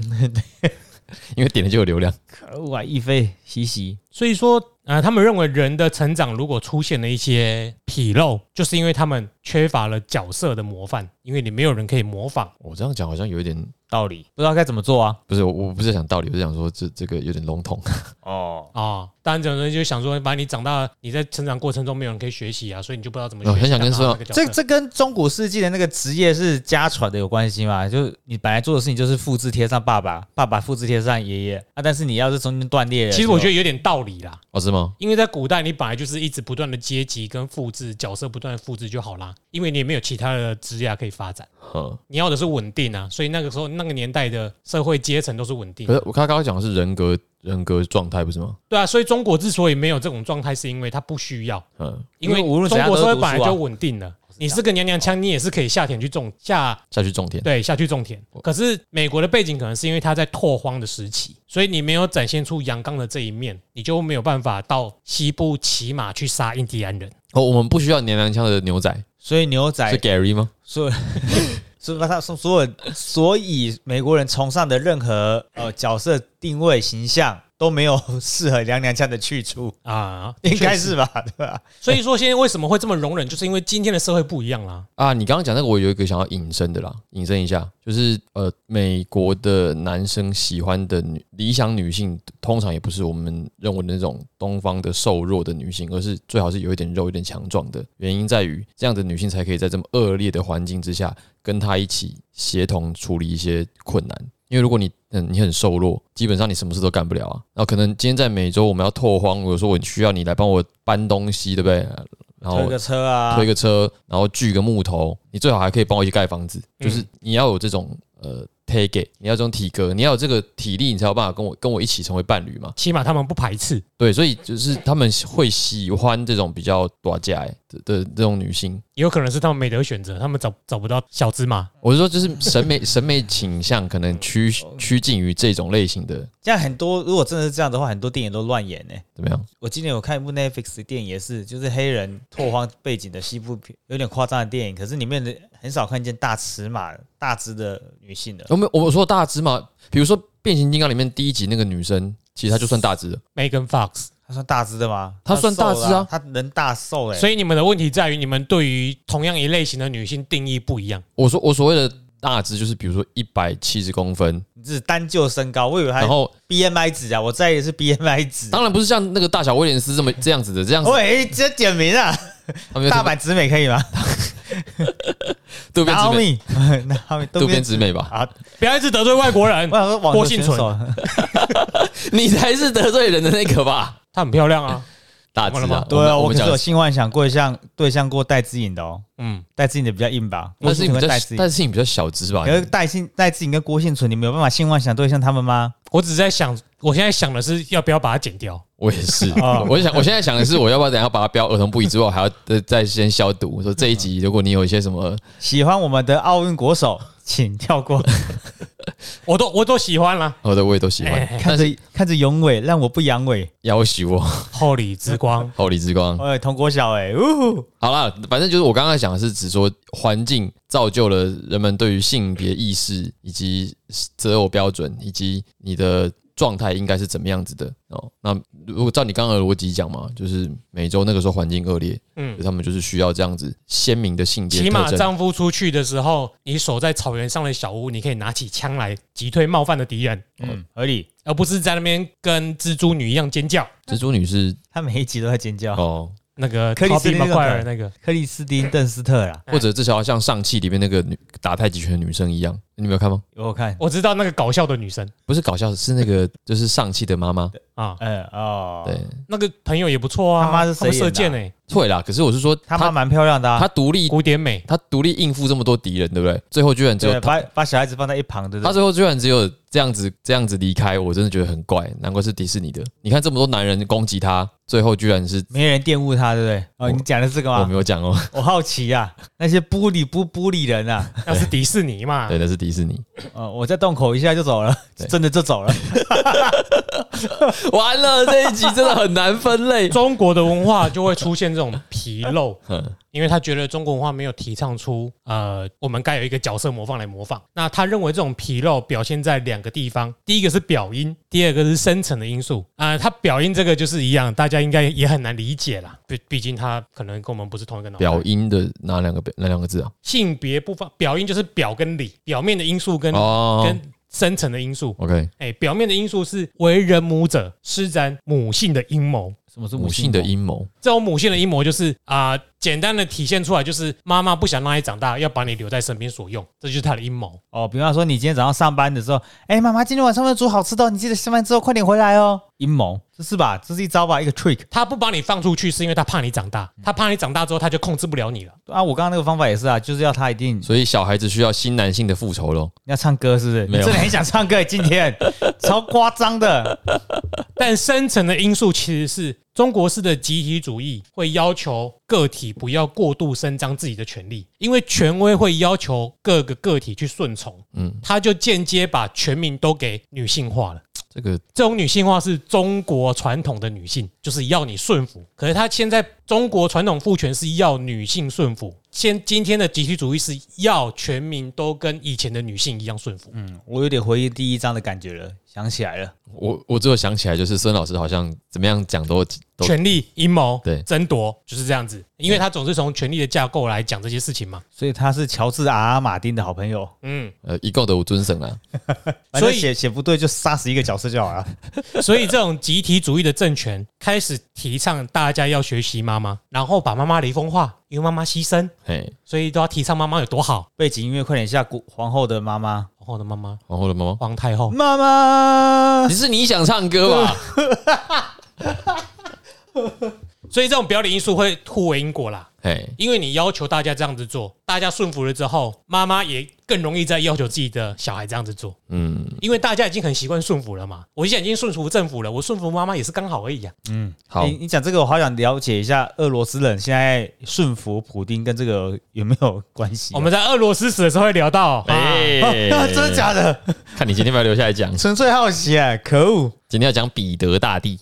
Speaker 3: 因为点了就有流量。
Speaker 2: 可恶啊，亦菲，嘻嘻。
Speaker 1: 所以说，呃，他们认为人的成长如果出现了一些纰漏，就是因为他们缺乏了角色的模范，因为你没有人可以模仿
Speaker 3: 我这样讲好像有一点，
Speaker 1: 道理
Speaker 2: 不知道该怎么做啊。
Speaker 3: 不是我我不是想道理，我是想说这这个有点笼统。
Speaker 2: 哦，
Speaker 1: 啊、当然，有人就想说，反正你长大，你在成长过程中没有人可以学习啊，所以你就不知道怎么学
Speaker 3: 哦
Speaker 1: 习。
Speaker 3: 很想跟说
Speaker 1: 当那个角色
Speaker 2: 这这跟中古世纪的那个职业是家传的有关系嘛？就是你本来做的事情就是复制贴上爸爸，爸爸复制贴上爷爷啊，但是你要是中间断裂了，
Speaker 1: 其实我觉
Speaker 2: 得
Speaker 1: 得有点道理啦，
Speaker 3: 哦，是吗？
Speaker 1: 因为在古代，你本来就是一直不断的阶级跟复制角色，不断的复制就好啦，因为你也没有其他的职业可以发展，
Speaker 3: 嗯，
Speaker 1: 你要的是稳定啊，所以那个时候那个年代的社会阶层都是稳定
Speaker 3: 可，是我刚刚讲的是人格人格状态，不是吗？
Speaker 1: 对啊，所以中国之所以没有这种状态，是因为它不需要，
Speaker 3: 嗯，
Speaker 1: 因为
Speaker 2: 因为无论怎
Speaker 1: 中
Speaker 2: 样
Speaker 1: 国社会本来
Speaker 2: 都是读书啊
Speaker 1: 就稳定了，你是个娘娘腔，你也是可以下田去种下
Speaker 3: 下去种田。
Speaker 1: 对，下去种田。可是美国的背景可能是因为它在拓荒的时期，所以你没有展现出阳刚的这一面，你就没有办法到西部骑马去杀印第安人。
Speaker 3: 哦，我们不需要娘娘腔的牛仔，
Speaker 2: 所以牛
Speaker 3: 是
Speaker 2: 仔
Speaker 3: Gary 吗？
Speaker 2: 所有。所以他所所有所以美国人崇尚的任何呃角色定位形象都没有适合娘娘腔的去处，
Speaker 1: 啊，
Speaker 2: 应该
Speaker 1: 确实。
Speaker 2: 是吧？对吧？
Speaker 1: 所以说，现在为什么会这么容忍，就是因为今天的社会不一样啦。
Speaker 3: 啊，你刚刚讲那个，我有一个想要引申的啦，引申一下，就是呃，美国的男生喜欢的女理想女性，通常也不是我们认为的那种东方的瘦弱的女性，而是最好是有一点肉、有点强壮的。原因在于，这样的女性才可以在这么恶劣的环境之下，跟她一起协同处理一些困难。因为如果你嗯你很瘦弱，基本上你什么事都干不了啊。那可能今天在美洲我们要拓荒，我说我需要你来帮我搬东西，对不对？然后
Speaker 2: 推个车啊
Speaker 3: 推，个车，然后锯个木头，你最好还可以帮我一起盖房子，
Speaker 1: 嗯
Speaker 3: 就是你要有这种呃 take it，你要这种体格，你要有这个体力，你才有办法跟我跟我一起成为伴侣嘛。
Speaker 1: 起码他们不排斥。
Speaker 3: 对，所以就是他们会喜欢这种比较短假欸的的这种女性。
Speaker 1: 也有可能是他们没得选择，他们找找不到小芝麻。
Speaker 3: 我是说，就是审美审美倾向可能趋趋近于这种类型的，
Speaker 2: 这样很多如果真的是这样的话，很多电影都乱演呢、
Speaker 3: 怎么样？
Speaker 2: 我今年有看一部 Netflix 的电影，也是就是黑人拓荒背景的西部片，有点夸张的电影，可是里面的很少看见大尺码、大只的女性的。
Speaker 3: 我们我说大只嘛，比如说《变形金刚》里面第一集那个女生，其实她就算大只了。
Speaker 1: Megan Fox，
Speaker 2: 她算大只的吗？
Speaker 3: 她算大只啊
Speaker 2: 瘦了她人大瘦哎、
Speaker 1: 所以你们的问题在于你们对于同样一类型的女性定义不一样。
Speaker 3: 我说我所谓的大只，就是比如说一百七十公分，
Speaker 2: 你只是单就身高，我以为她
Speaker 3: 然后
Speaker 2: BMI 值啊，我在意的是 BMI 值。
Speaker 3: 当然不是像那个大小威廉斯这么这样子的，这样子
Speaker 2: 喂，这点名啊，
Speaker 3: 他们就
Speaker 2: 哦大阪直美可以吗？
Speaker 3: 渡边
Speaker 2: 拿
Speaker 3: 直美，
Speaker 2: 米， 拿米，
Speaker 3: 渡边直美吧？
Speaker 2: 啊！
Speaker 1: 不要一直得罪外国 人
Speaker 2: 我，想说网
Speaker 1: 郭
Speaker 2: 球
Speaker 1: 幸
Speaker 2: 选
Speaker 1: 存
Speaker 2: 手，
Speaker 3: 你才是得罪人的那个吧？
Speaker 1: 她很漂亮
Speaker 2: 哎
Speaker 1: 啊。
Speaker 3: 大致
Speaker 1: 怎么了
Speaker 3: 啊
Speaker 1: 吗，
Speaker 2: 对啊，
Speaker 3: 我
Speaker 2: 我
Speaker 3: 们
Speaker 2: 可
Speaker 3: 讲
Speaker 2: 是有
Speaker 3: 的是，
Speaker 2: 性幻想过像对象过戴姿颖的哦，
Speaker 1: 嗯，
Speaker 2: 戴姿颖的比较硬吧？
Speaker 3: 但是你
Speaker 2: 郭幸
Speaker 3: 比
Speaker 2: 存跟
Speaker 3: 较
Speaker 2: 戴姿，颖
Speaker 3: 但是你比较小只吧
Speaker 2: 可？是戴信戴志颖跟郭幸存，你没有办法性幻想对象他们吗？
Speaker 1: 我只是在想，我现在想的是要不要把它剪掉。
Speaker 3: 我也是
Speaker 2: 啊，
Speaker 3: 我想我现在想的是，我要不要等一下把它标儿童不宜之后，还要再再先消毒？说这一集如果你有一些什么，
Speaker 2: 喜欢我们的奥运国手，请跳 过。
Speaker 1: 我都我都喜欢啦，
Speaker 3: 我的我也都喜欢
Speaker 1: 哎，
Speaker 2: 看
Speaker 3: 但
Speaker 2: 着
Speaker 3: 是
Speaker 2: 看着永伟，让我不阳痿。
Speaker 3: 要许我。
Speaker 1: 厚礼之光
Speaker 3: 好李之光。
Speaker 2: 哎，童国小哎、呜呼，
Speaker 3: 好啦，反正就是我刚刚讲的是指说环境造就了人们对于性别意识以及择偶标准以及你的状态应该是怎么样子的哦。那如果照你刚刚的逻辑讲嘛，就是美洲那个时候环境恶劣，
Speaker 1: 嗯，
Speaker 3: 他们就是需要这样子鲜明的性别
Speaker 1: 起码
Speaker 3: 特征。
Speaker 1: 丈夫出去的时候，你守在草原上的小屋，你可以拿起枪来击退冒犯的敌人，
Speaker 2: 嗯，合理。
Speaker 1: 而不是在那边跟蜘蛛女一样尖叫。
Speaker 3: 蜘蛛女是
Speaker 2: 他每一集都在尖叫。
Speaker 3: 哦，
Speaker 1: 那个
Speaker 2: 克里斯
Speaker 1: 比
Speaker 2: 汀
Speaker 1: 马
Speaker 2: 那种
Speaker 1: 怪尔那个，
Speaker 2: 克里斯汀·邓斯特啊啦，
Speaker 3: 或者至少像上汽里面那个女打太极拳的女生一样，你没有看吗？
Speaker 2: 有我看，
Speaker 1: 我知道那个搞笑的女生
Speaker 3: 不是搞笑，是那个就是上汽的妈妈，
Speaker 1: 啊，
Speaker 2: 嗯哦，
Speaker 3: 对，，
Speaker 1: 那个朋友也不错啊。
Speaker 2: 他妈是谁
Speaker 1: 们射
Speaker 2: 演的啊
Speaker 1: 箭哎，
Speaker 3: 会啦。可是我是说，
Speaker 2: 他妈
Speaker 3: 她
Speaker 2: 蛮漂亮的啊
Speaker 3: 她。独立
Speaker 1: 古典美。
Speaker 3: 他独立应付这么多敌人，对不对？最后居然只有
Speaker 2: 对，
Speaker 3: 他，
Speaker 2: 把把小孩子放在一旁，对不
Speaker 3: 他
Speaker 2: 对？
Speaker 3: 最后居然只有这样子这样子离开，我真的觉得很怪，难怪是迪士尼的。你看这么多男人攻击他，最后居然是
Speaker 2: 没人玷污他，对不对？
Speaker 3: 我
Speaker 2: 哦，你讲的是这个
Speaker 3: 我
Speaker 2: 吗
Speaker 3: 没？有讲哦，
Speaker 2: 我好奇啊，那些玻璃不玻璃人啊，哦
Speaker 1: 那是迪士尼嘛？
Speaker 3: 对，那是迪士尼。
Speaker 2: 呃，我在洞口一下就走了，
Speaker 3: 对
Speaker 2: 真的就走了。
Speaker 3: 完了这一集真的很难分类。
Speaker 1: 中国的文化就会出现这种纰漏，
Speaker 3: 嗯
Speaker 1: 因为他觉得中国文化没有提倡出呃，我们该有一个角色模仿来模仿。那他认为这种纰漏表现在两个地方，第一个是表音，第二个是深层的因素。啊、他表音这个就是一样，大家应该也很难理解啦，毕毕竟他可能跟我们不是同一个脑袋。
Speaker 3: 表音的哪两个表哪两个字啊？
Speaker 1: 性别不方，表音就是表跟里，表面的因素跟、
Speaker 3: 哦
Speaker 1: 跟深层的因素。
Speaker 3: ，OK，
Speaker 1: 哎、表面的因素是为人母者施展母性的阴谋。
Speaker 2: 什么是
Speaker 3: 母性的阴谋。
Speaker 1: 这种母性的阴谋就是啊、简单的体现出来就是妈妈不想让你长大，要把你留在身边所用，这就是她的阴谋。
Speaker 2: 哦，比方说你今天早上上班的时候，哎、妈妈，今天晚上要煮好吃的哦，你记得下班之后快点回来哦。阴谋，这是吧？这是一招吧，一个 trick
Speaker 1: 她不把你放出去，是因为她怕你长大，她怕你长大之后，她就控制不了你了。
Speaker 2: 啊。我刚刚那个方法也是啊，就是要他一定
Speaker 3: 所以小孩子需要新男性的复仇咯。
Speaker 2: 你要唱歌，是不是？
Speaker 3: 没
Speaker 2: 你
Speaker 3: 有
Speaker 2: 真的很想唱歌耶，今天超夸张的。
Speaker 1: 但深层的因素其实是中国式的集体主义会要求个体不要过度伸张自己的权利，因为权威会要求各个个体去顺从，
Speaker 3: 嗯，
Speaker 1: 他就间接把全民都给女性化了。
Speaker 3: 这个
Speaker 1: 这种女性化是中国传统的女性，就是要你顺服。可是她现在中国传统父权是要女性顺服，现今天的集体主义是要全民都跟以前的女性一样顺服。
Speaker 2: 嗯，我有点回忆第一章的感觉了，想起来了。
Speaker 3: 我我只有想起来，就是孙老师好像怎么样讲都都
Speaker 1: 权力阴谋、
Speaker 3: 对
Speaker 1: 争夺就是这样子，因为他总是从权力的架构来讲这些事情嘛。
Speaker 2: 所以他是乔治 R R 马丁的好朋友，
Speaker 1: 嗯，
Speaker 3: 呃一共的五尊神啊。
Speaker 2: 反正
Speaker 1: 所以
Speaker 2: 写写不对就杀死一个角色就好了。
Speaker 1: 所以这种集体主义的政权开始提倡大家要学习妈妈，然后把妈妈离风化，因为妈妈牺牲，
Speaker 3: 嘿，
Speaker 1: 所以都要提倡妈妈有多好。
Speaker 2: 背景音乐快点下，国皇后的妈妈，
Speaker 1: 皇后的妈妈，
Speaker 3: 皇后的妈妈，
Speaker 1: 皇太后。
Speaker 2: 妈妈
Speaker 3: 你，是你想唱歌吧？
Speaker 1: 所以这种表里因素会互为因果啦，
Speaker 3: 嘿，
Speaker 1: 因为你要求大家这样子做，大家顺服了之后，妈妈也更容易再要求自己的小孩这样子做，
Speaker 3: 嗯，
Speaker 1: 因为大家已经很习惯顺服了嘛。我现在已经顺服政府了，我顺服妈妈也是刚好而已啊。
Speaker 3: 好
Speaker 2: 你，你讲这个，我好想了解一下俄罗斯人现在顺服普丁跟这个有没有关系啊、
Speaker 1: 我 们在俄罗斯史的时候会聊到，啊，
Speaker 3: 哎
Speaker 2: 真的假的？
Speaker 3: 看你今天要不要留下来讲？
Speaker 2: 纯粹好奇哎，可恶！
Speaker 3: 今天要讲彼得大帝，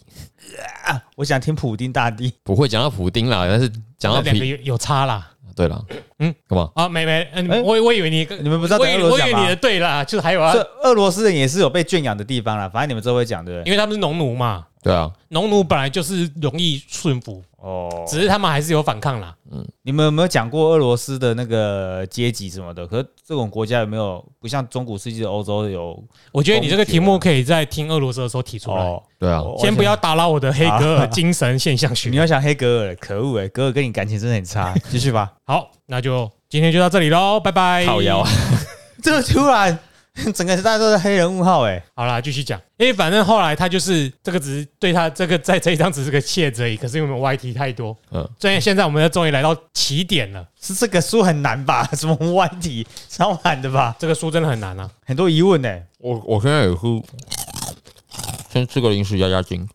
Speaker 2: 我想听普丁大帝，
Speaker 3: 不会讲到普丁啦，但是讲到
Speaker 1: 那两个
Speaker 3: 彼，
Speaker 1: 有有差啦。
Speaker 3: 对了，嗯
Speaker 1: 嗯，
Speaker 3: 干嘛？
Speaker 1: 啊，没没，嗯，
Speaker 2: 哎
Speaker 1: 我我以为你
Speaker 2: 你们不知道
Speaker 1: 我
Speaker 2: 在
Speaker 1: 以
Speaker 2: 俄
Speaker 1: 为
Speaker 2: 罗
Speaker 1: 我
Speaker 2: 斯
Speaker 1: 以
Speaker 2: 讲
Speaker 1: 为
Speaker 2: 吗
Speaker 1: 你的？对啦，就是还有啊
Speaker 2: 这，俄罗斯人也是有被圈养的地方啦，反正你们之后会讲对不
Speaker 1: 因
Speaker 2: 对？
Speaker 1: 为他们是农奴嘛，
Speaker 3: 对啊，
Speaker 1: 农奴本来就是容易顺服，
Speaker 2: 哦，
Speaker 1: 只是他们还是有反抗啦。
Speaker 2: 你们有没有讲过俄罗斯的那个阶级什么的？可是这种国家有没有不像中古世纪的欧洲有
Speaker 1: 我觉得你这个题目可以在听俄罗斯的时候提出来。
Speaker 2: 哦？
Speaker 3: 对啊，
Speaker 2: 哦
Speaker 1: 先不要打扰我的黑格尔精神现象学
Speaker 2: 你。要想黑格尔，可恶哎，格尔跟你感情真的很差。继续吧，
Speaker 1: 好，那就今天就到这里喽，拜拜。
Speaker 3: 靠腰啊，
Speaker 2: 这么突然， 整个大家都是黑人问号哎。
Speaker 1: 好啦，继续讲。因为反正后来他就是这个，只是对他这个在这一章只是个谢而已。可是因为我们 YT 太多，
Speaker 3: 嗯，
Speaker 1: 所以现在我们终于来到起点了。
Speaker 2: 是这个书很难吧？ 什么歪题，超难的吧？
Speaker 1: 这个书真的很难啊。
Speaker 2: 很多疑问哎。
Speaker 3: 我我现在也是先吃个零食压压惊。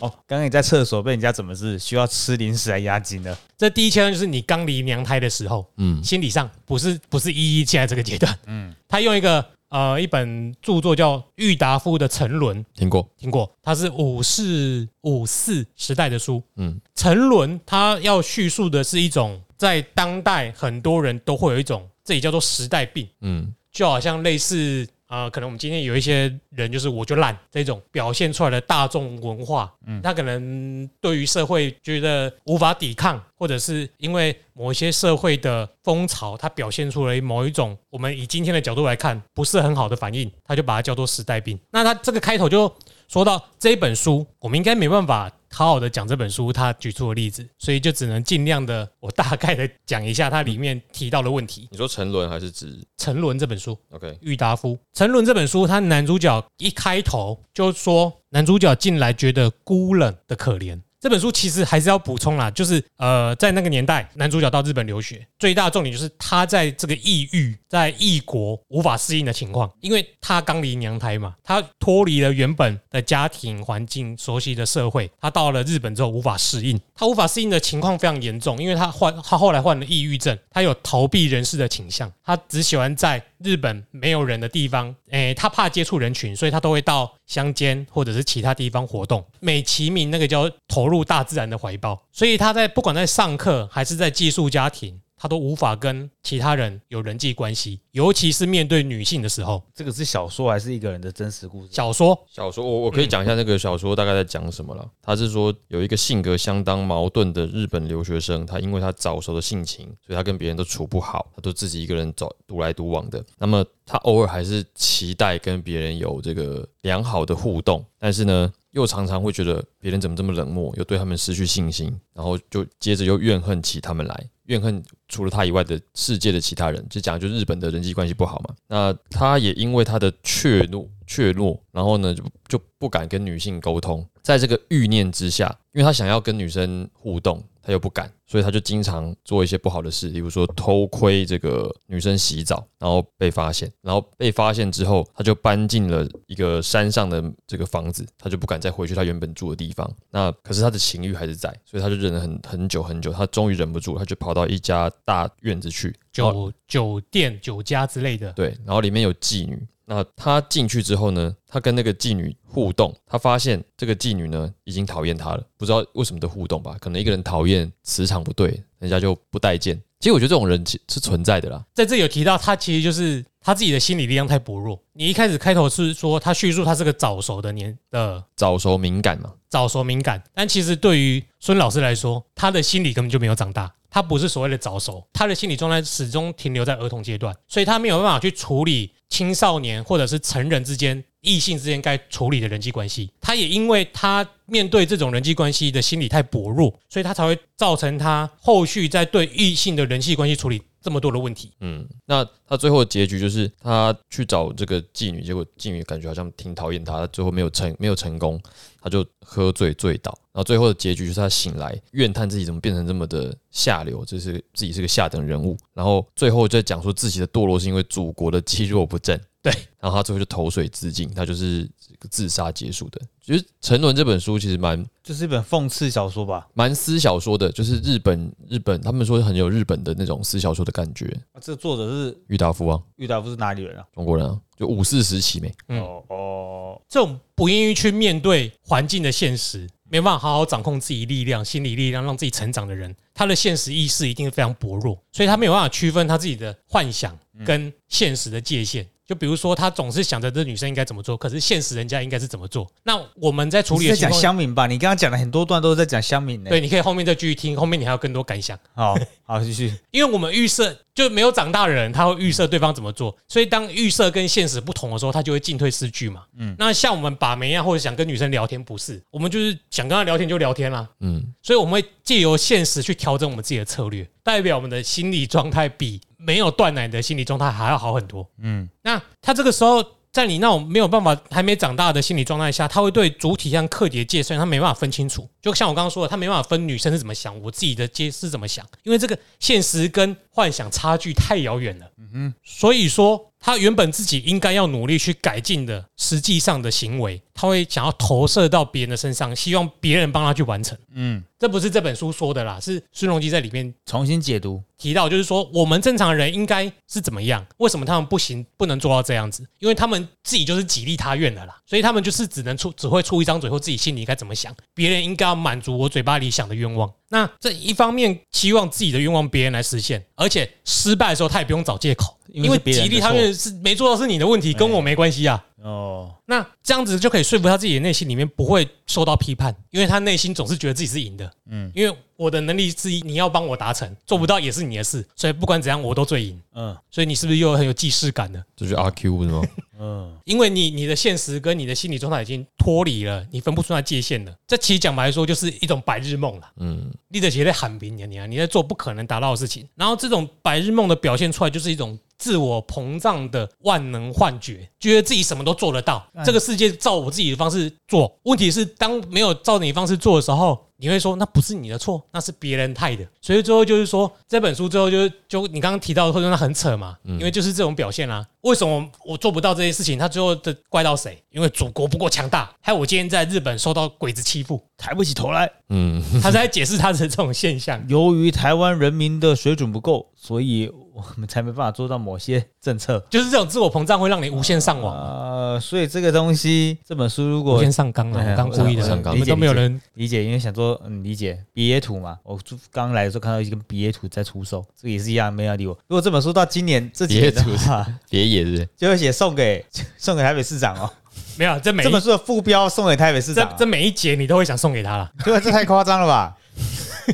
Speaker 2: 哦，刚刚你在厕所被人家怎么是需要吃零食来压惊的？
Speaker 1: 这第一阶段就是你刚离娘胎的时候，
Speaker 3: 嗯，
Speaker 1: 心理上不是不是一一现在这个阶段。嗯，他用一个呃一本著作叫《郁达夫的沉沦》，
Speaker 3: 听过，
Speaker 1: 听过，它是五四五四时代的书。
Speaker 3: 嗯
Speaker 1: 嗯，沉沦它要叙述的是一种在当代很多人都会有一种，这里叫做时代病，
Speaker 3: 嗯，
Speaker 1: 就好像类似啊、呃可能我们今天有一些人就是我就烂这种表现出来的大众文化，嗯，他可能对于社会觉得无法抵抗，或者是因为某一些社会的风潮，它表现出了某一种我们以今天的角度来看不是很好的反应，他就把它叫做时代病。那他这个开头就说到这一本书，我们应该没办法好好的讲这本书他举出的例子，所以就只能尽量的我大概的讲一下它里面提到的问题。
Speaker 3: 你说沉沦还是指
Speaker 1: 沉沦这本书，
Speaker 3: OK？
Speaker 1: 郁达夫《沉沦》这本书，它男主角一开头就说，男主角进来觉得孤冷的可怜。这本书其实还是要补充啦，就是呃，在那个年代，男主角到日本留学，最大的重点就是他在这个异域，在异国无法适应的情况，因为他刚离娘胎嘛，他脱离了原本的家庭环境、熟悉的社会，他到了日本之后无法适应，他无法适应的情况非常严重，因为他患他后来患了抑郁症，他有逃避人世的倾向，他只喜欢在日本没有人的地方，诶、他怕接触人群，所以他都会到乡间或者是其他地方活动。美其名那个叫投入大自然的怀抱，所以他在不管在上课还是在寄宿家庭。他都无法跟其他人有人际关系，尤其是面对女性的时候。
Speaker 2: 这个是小说还是一个人的真实故事？
Speaker 1: 小说
Speaker 3: 小说，我我可以讲一下那个小说大概在讲什么了。他是说有一个性格相当矛盾的日本留学生，他因为他早熟的性情，所以他跟别人都处不好，他都自己一个人走独来独往的。那么他偶尔还是期待跟别人有这个良好的互动，但是呢，又常常会觉得别人怎么这么冷漠，又对他们失去信心，然后就接着又怨恨起他们来，怨恨除了他以外的世界的其他人，就讲就日本的人际关系不好嘛。那他也因为他的怯懦、怯懦，然后呢就就不敢跟女性沟通，在这个欲念之下，因为他想要跟女生互动，他又不敢，所以他就经常做一些不好的事，例如说偷窥这个女生洗澡，然后被发现，然后被发现之后，他就搬进了一个山上的这个房子，他就不敢再回去他原本住的地方。那可是他的情欲还是在，所以他就忍了很很久很久，他终于忍不住，他就跑到一家大院子去，
Speaker 1: 酒酒店、酒家之类的，
Speaker 3: 对，然后里面有妓女。那他进去之后呢，他跟那个妓女互动，他发现这个妓女呢已经讨厌他了，不知道为什么的互动吧？可能一个人讨厌磁场不对，人家就不待见。其实我觉得这种人其是存在的啦，
Speaker 1: 在这里有提到，他其实就是他自己的心理力量太薄弱。你一开始开头是说他叙述他是个早熟的年呃的
Speaker 3: 早熟敏感嘛，
Speaker 1: 早熟敏感，但其实对于孙老师来说，他的心理根本就没有长大，他不是所谓的早熟，他的心理状态始终停留在儿童阶段，所以他没有办法去处理青少年或者是成人之间、异性之间该处理的人际关系。他也因为他面对这种人际关系的心理太薄弱，所以他才会造成他后续在对异性的人际关系处理这么多的问题。
Speaker 3: 嗯，那他最后的结局就是他去找这个妓女，结果妓女感觉好像挺讨厌他，他最后没有成没有成功，他就喝醉醉倒，然后最后的结局就是他醒来怨叹自己怎么变成这么的下流，就是自己是个下等人物，然后最后再讲说自己的堕落是因为祖国的积弱不振，
Speaker 1: 对，
Speaker 3: 然后他最后就投水自尽，他就是自杀结束的。其实《沉沦》这本书其实蛮
Speaker 2: 就是一本讽刺小说吧？
Speaker 3: 蛮思小说的，就是日本日本他们说很有日本的那种思小说的感觉。
Speaker 2: 啊这作者是
Speaker 3: 郁达夫啊，
Speaker 2: 郁达夫是哪里人啊？
Speaker 3: 中国人啊，就五四时期没。
Speaker 1: 嗯
Speaker 2: 哦哦，
Speaker 1: 这种不愿意去面对环境的现实，没办法好好掌控自己力量、心理力量，让自己成长的人，他的现实意识一定是非常薄弱，所以他没有办法区分他自己的幻想跟现实的界限。就比如说，他总是想着这女生应该怎么做，可是现实人家应该是怎么做。那我们在处
Speaker 2: 你
Speaker 1: 理
Speaker 2: 是
Speaker 1: 的
Speaker 2: 在
Speaker 1: 情
Speaker 2: 讲
Speaker 1: 况，
Speaker 2: 乡民吧？你刚刚讲的很多段都是在讲乡民呢。
Speaker 1: 对，，你可以后面再继续听，后面你还有更多感想。
Speaker 2: 好好继续。
Speaker 1: 因为我们预设就没有长大的人，他会预设对方怎么做，所以当预设跟现实不同的时候，他就会进退失据嘛。嗯，那像我们把妹啊，或者想跟女生聊天，不是我们就是想跟她聊天就聊天啦、
Speaker 3: 嗯，
Speaker 1: 所以我们会借由现实去调整我们自己的策略，代表我们的心理状态比没有断奶的心理状态还要好很多。
Speaker 2: 嗯，
Speaker 1: 那他这个时候在你那种没有办法还没长大的心理状态下，他会对主体和客体的界限他没办法分清楚。就像我刚刚说的，他没办法分女生是怎么想，我自己的界是怎么想，因为这个现实跟幻想差距太遥远了。嗯哼，所以说他原本自己应该要努力去改进的，实际上的行为，他会想要投射到别人的身上，希望别人帮他去完成。
Speaker 2: 嗯，
Speaker 1: 这不是这本书说的啦，是孙荣基在里面
Speaker 2: 重新解读。
Speaker 1: 提到，就是说我们正常人应该是怎么样？为什么他们不行，不能做到这样子？因为他们自己就是己利他愿的啦，所以他们就是只能出，只会出一张嘴，或自己心里该怎么想，别人应该要满足我嘴巴里想的愿望。那这一方面期望自己的愿望别人来实现，而且失败的时候他也不用找借口，
Speaker 2: 因
Speaker 1: 因为
Speaker 2: 为是别人
Speaker 1: 己
Speaker 2: 的
Speaker 1: 利他愿是没做到是你的问题，跟我没关系啊。
Speaker 2: 哦，
Speaker 1: 那这样子就可以说服他自己的内心里面不会受到批判，因为他内心总是觉得自己是赢的。嗯
Speaker 2: 嗯，
Speaker 1: 因为我的能力是你要帮我达成，做不到也是你的事，所以不管怎样我都最赢。
Speaker 2: 嗯
Speaker 1: 所以你是不是又很有既视感呢？
Speaker 3: 这就是阿 Q 是吗？
Speaker 2: 嗯，
Speaker 1: 因为你你的现实跟你的心理状态已经脱离了，你分不出来界限了。这其实讲白来说就是一种白日梦啦。
Speaker 3: 嗯，
Speaker 1: 立德杰在喊别人，你啊，你在做不可能达到的事情。然后这种白日梦的表现出来，就是一种自我膨胀的万能幻觉，觉得自己什么都做得到，
Speaker 2: 嗯
Speaker 1: 这个世界照我自己的方式做。问题是，当没有照你方式做的时候，你会说那不是你的错，那是别人害的。所以最后就是说，这本书最后就就你刚刚提到的，会说那很扯嘛，因为就是这种表现啦、为什么我做不到这些事情？他最后的怪到谁？因为祖国不够强大，害我今天在日本受到鬼子欺负。
Speaker 2: 抬不起头来。
Speaker 3: 嗯，
Speaker 1: 他是在解释他的这种现象。
Speaker 2: 由于台湾人民的水准不够，所以我们才没办法做到某些政策。
Speaker 1: 就是这种自我膨胀会让你无限上网、
Speaker 2: 呃，所以这个东西，这本书如
Speaker 1: 无
Speaker 2: 果
Speaker 1: 限上纲了。啊
Speaker 2: 哎呀
Speaker 1: 我刚故意的，
Speaker 3: 我上纲
Speaker 1: 我们都没有人
Speaker 2: 理解，因为想说，嗯，理解毕业图嘛。我就刚来的时候看到一根毕业图在出售，这个也是一样，没人理我。如果这本书到今年这几年的
Speaker 3: 别
Speaker 2: 话，
Speaker 3: 别野是不是
Speaker 2: 就会写送给 送给台北市长哦。
Speaker 1: 没有，这每一
Speaker 2: 这本书的副标送给台北市
Speaker 1: 这
Speaker 2: 长、 啊，
Speaker 1: 这每一节你都会想送给他了。
Speaker 2: 对啊，这太夸张了吧？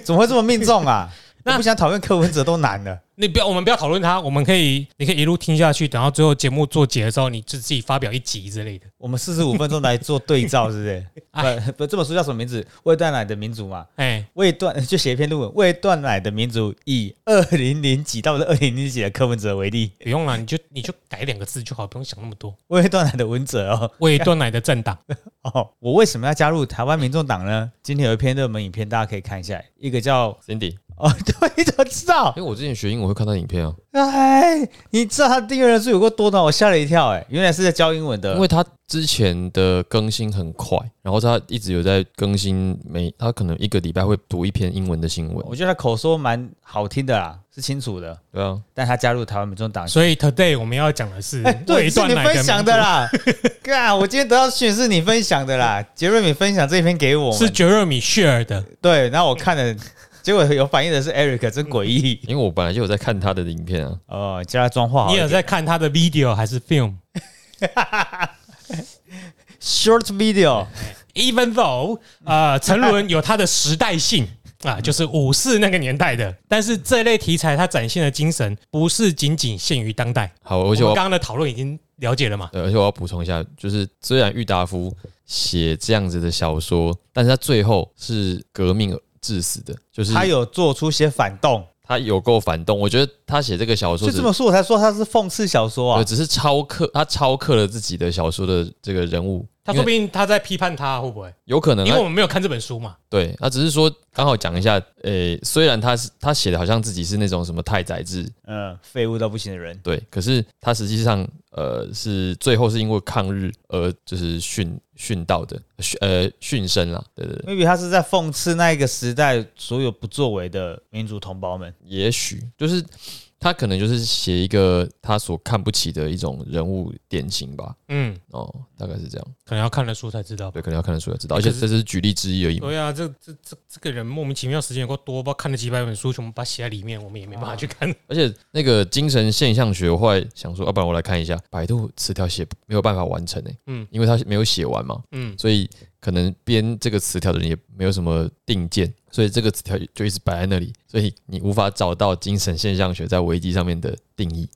Speaker 2: 怎么会这么命中啊？
Speaker 1: 那
Speaker 2: 我不想讨厌柯文哲都难了。
Speaker 1: 你不要，我们不要讨论他，我们可以，你可以一路听下去，等到最后节目做结的时候，你就自己发表一集之类的。
Speaker 2: 我们四十五分钟来做对照，是不 是？不不，这本书叫什么名字？未断奶的民族嘛，
Speaker 1: 哎，
Speaker 2: 未断就写一篇论文，未断奶的民族以二零零几到二零零几的柯文哲为例，
Speaker 1: 不用了，你就你就改两个字就好，不用想那么多。
Speaker 2: 未断奶的文哲哦
Speaker 1: 为断奶的政党，
Speaker 2: 哦，我为什么要加入台湾民众党呢？今天有一篇热门影片，大家可以看一下，一个叫
Speaker 3: Cindy？
Speaker 2: 哦，对，你怎么知道？
Speaker 3: 因为我之前学英文会看到影片啊，
Speaker 2: 哎，你知道他订阅人数有过多少？我吓了一跳、哎，原来是在教英文的
Speaker 3: 因。为他之前的更新很快，然后他一直有在更新每，他可能一个礼拜会读一篇英文的新闻
Speaker 2: 我。觉得他口说蛮好听的啦，是清楚的。
Speaker 3: 对啊，
Speaker 2: 但他加入台湾民众党，
Speaker 1: 所以 today 我们要讲的是
Speaker 2: 哎，对，
Speaker 1: 为
Speaker 2: 是
Speaker 1: 断
Speaker 2: 你
Speaker 1: 奶的
Speaker 2: 分
Speaker 1: 民
Speaker 2: 享的啦。干，我今天得到讯是你分享的啦，杰瑞米分享这篇给我
Speaker 1: 族，是
Speaker 2: 们，
Speaker 1: Jeremy share 的。
Speaker 2: 对，然后我看了，结果有反应的是 Eric，真诡异。
Speaker 3: 因为我本来就有在看他的影片啊。
Speaker 2: 哦，叫他妆化好
Speaker 1: 你
Speaker 2: 一
Speaker 1: 有
Speaker 2: 点
Speaker 1: 在看他的 video 还是 film？Even
Speaker 2: short video，
Speaker 1: though 呃，陈伦有他的时代 性啊，就是五四那个年代的，但是这类题材它展现的精神不是仅仅限于当代。
Speaker 3: 好，而
Speaker 1: 我
Speaker 3: 且
Speaker 1: 们
Speaker 3: 我呃
Speaker 1: 刚刚的讨论已经了解了嘛？
Speaker 3: 对，而且我要补充一下，就是虽然郁达夫写这样子的小说，但是他最后是革命致死的，就是
Speaker 2: 他有做出些反动，
Speaker 3: 他有够反动。我觉得他写这个小说
Speaker 2: 就这
Speaker 3: 只
Speaker 2: 么说，我才说他是讽刺小说
Speaker 3: 对
Speaker 2: 啊。
Speaker 3: 只是超克，他超克了自己的小说的这个人物，
Speaker 1: 他
Speaker 3: 因
Speaker 1: 说
Speaker 3: 为
Speaker 1: 不定他在批判他会不会？
Speaker 3: 有可能
Speaker 1: 因
Speaker 3: 他
Speaker 1: 为我们没有看这本书嘛。
Speaker 3: 对，他只是说刚好讲一下，诶、虽然他是他写的好像自己是那种什么太宰治，
Speaker 2: 嗯，废物到不行的人，
Speaker 3: 对，可是他实际上呃是最后是因为抗日而就是殉殉道的，殉呃殉身啦，对对对，
Speaker 2: maybe 他是在讽刺那一个时代所有不作为的民族同胞们。
Speaker 3: 也许就是他可能就是写一个他所看不起的一种人物典型吧，
Speaker 1: 嗯，
Speaker 3: 哦，大概是这样，
Speaker 1: 可能要看了书才知道吧。
Speaker 3: 对，可能要看得出来知道，
Speaker 1: 欸
Speaker 3: 而且
Speaker 1: 可是
Speaker 3: 这只是举例之一而已嘛，
Speaker 1: 对啊，这这这这个人莫名其妙时间有够多，不知道看了几百本书，全部把它写在里面，我们也没办法去 看。
Speaker 3: 而且那个精神现象学，我后来想说，要、不然我来看一下，百度词条写没有办法完成诶、
Speaker 1: 嗯
Speaker 3: 嗯，因为他没有写完嘛，
Speaker 1: 嗯，
Speaker 3: 所以可能编这个词条的人也没有什么定见，所以这个词条就一直摆在那里，所以你无法找到精神现象学在维基上面的定义，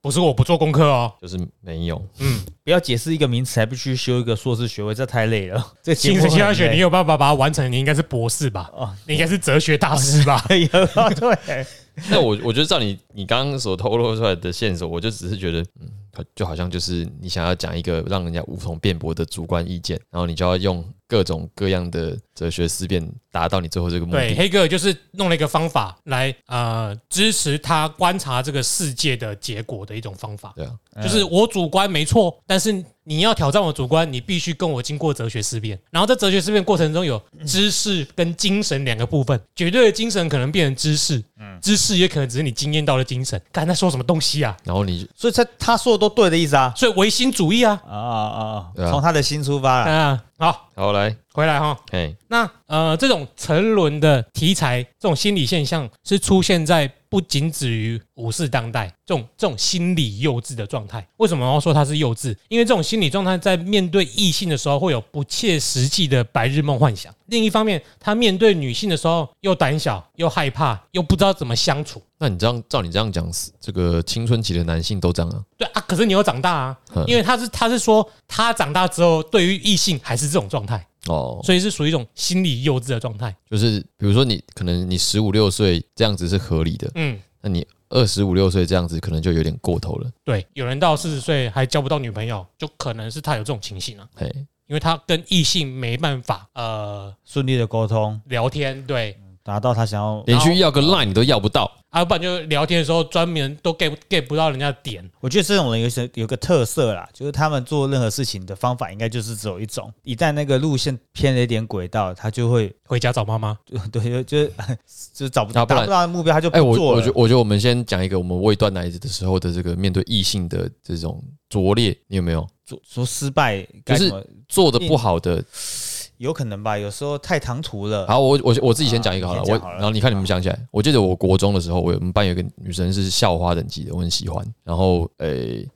Speaker 1: 不是我不做功课哦。
Speaker 3: 就是没有。
Speaker 1: 嗯，
Speaker 2: 不要解释一个名词，还必须修一个硕士学位，这太累 了。这
Speaker 1: 精神现象学你有办法把它完成，你应该是博士吧？
Speaker 2: 哦
Speaker 1: 你应该是哲学大师 吧？
Speaker 2: 有哎对，
Speaker 3: 那我我觉得照你你刚刚所透露出来的线索，我就只是觉得，嗯，就好像就是你想要讲一个让人家无从辩驳的主观意见，然后你就要用各种各样的哲学思辨达到你最后这个目
Speaker 1: 对，
Speaker 3: 的。
Speaker 1: 黑格尔就是弄了一个方法来呃支持他观察这个世界的结果的一种方法。
Speaker 3: 对啊，
Speaker 1: 就是我主观没错，但是你要挑战我主观，你必须跟我经过哲学思辨。然后在哲学思辨过程中有知识跟精神两个部分，绝对的精神可能变成知识，知识也可能只是你经验到的精神。刚才说什么东西啊？
Speaker 3: 然后你
Speaker 2: 所以他他说的都对的意思啊。
Speaker 1: 所以唯心主义啊
Speaker 2: 啊啊
Speaker 3: 对
Speaker 2: 啊！
Speaker 3: 啊
Speaker 2: 从他的心出发了。
Speaker 1: 啊、好，
Speaker 3: 好来，
Speaker 1: 回来哈。
Speaker 3: 嘿，
Speaker 1: 那呃，这种沉沦的题材，这种心理现象是出现在不仅止于武士当代这种这种心理幼稚的状态。为什么我要说它是幼稚？因为这种心理状态在面对异性的时候，会有不切实际的白日梦幻想；另一方面，他面对女性的时候，又胆小又害怕，又不知道怎么相处。
Speaker 3: 那你这样照你这样讲，这个青春期的男性都这样啊？
Speaker 1: 对啊，可是你又长大啊，
Speaker 3: 嗯
Speaker 1: 因为他是他是说他长大之后，对于异性还是这种状态，
Speaker 3: 哦，
Speaker 1: 所以是属于一种心理幼稚的状态。
Speaker 3: 就是比如说你可能你十五六岁这样子是合理的，
Speaker 1: 嗯。
Speaker 3: 那你二十五六岁这样子可能就有点过头了。
Speaker 1: 对，有人到四十岁还交不到女朋友，就可能是他有这种情形啊，
Speaker 3: 嘿，
Speaker 1: 因为他跟异性没办法呃
Speaker 2: 顺利的沟通，
Speaker 1: 聊天，对
Speaker 3: 嗯
Speaker 2: 达到他想要
Speaker 3: 哦连去要个 line 你都要不到，
Speaker 1: 啊，不然就聊天的时候专门都 get get 不到人家的点。
Speaker 2: 我觉得这种人有些有个特色啦，就是他们做任何事情的方法应该就是只有一种。一旦那个路线偏了一点轨道，他就会
Speaker 1: 回家找妈妈，
Speaker 2: 对，就是 就是找不
Speaker 3: 啊
Speaker 2: 到
Speaker 3: 不然
Speaker 2: 达不到目标，他就
Speaker 3: 哎、我
Speaker 2: 不做
Speaker 3: 我
Speaker 2: 了
Speaker 3: 觉。我觉得我们先讲一个我们未断奶子的时候的这个面对异性的这种拙劣，你有没有
Speaker 2: 做说失败，该
Speaker 3: 就是
Speaker 2: 怎么
Speaker 3: 做的不好的？
Speaker 2: 有可能吧？有时候太唐突了。
Speaker 3: 好，我我我自己先讲一个好了，
Speaker 2: 啊你
Speaker 3: 我
Speaker 2: 先讲好了
Speaker 3: 然后你看你们想起来，我记得我国中的时候，我我们班有一个女生是校花等级的，我很喜欢。然后呃、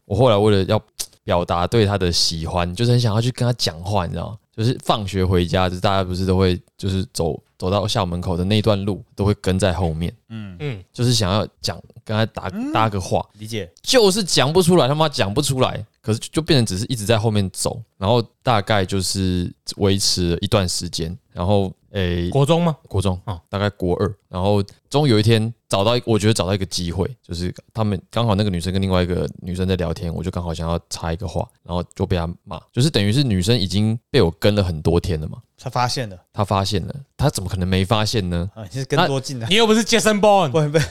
Speaker 3: 我后来为了要表达对她的喜欢，就是很想要去跟她讲话，你知道吗？就是放学回家，就是大家不是都会就是走走到校门口的那段路，都会跟在后面，
Speaker 2: 嗯，
Speaker 1: 嗯，
Speaker 3: 就是想要讲跟她搭搭个话。
Speaker 2: 理解。
Speaker 3: 就是讲不出来，他妈讲不出来。可是就变成只是一直在后面走，然后大概就是维持了一段时间，然后诶、
Speaker 1: 国中吗？
Speaker 3: 国中
Speaker 1: 哦
Speaker 3: 大概国二，然后终于有一天找到一，我觉得找到一个机会，就是他们刚好那个女生跟另外一个女生在聊天，我就刚好想要插一个话，然后就被她骂，就是等于是女生已经被我跟了很多天了嘛，
Speaker 2: 他发现了
Speaker 3: 她发现了，她怎么可能没发现呢？
Speaker 2: 啊， 你是跟多进的，
Speaker 1: 你又不是 Jason Bourne，
Speaker 2: 不 不，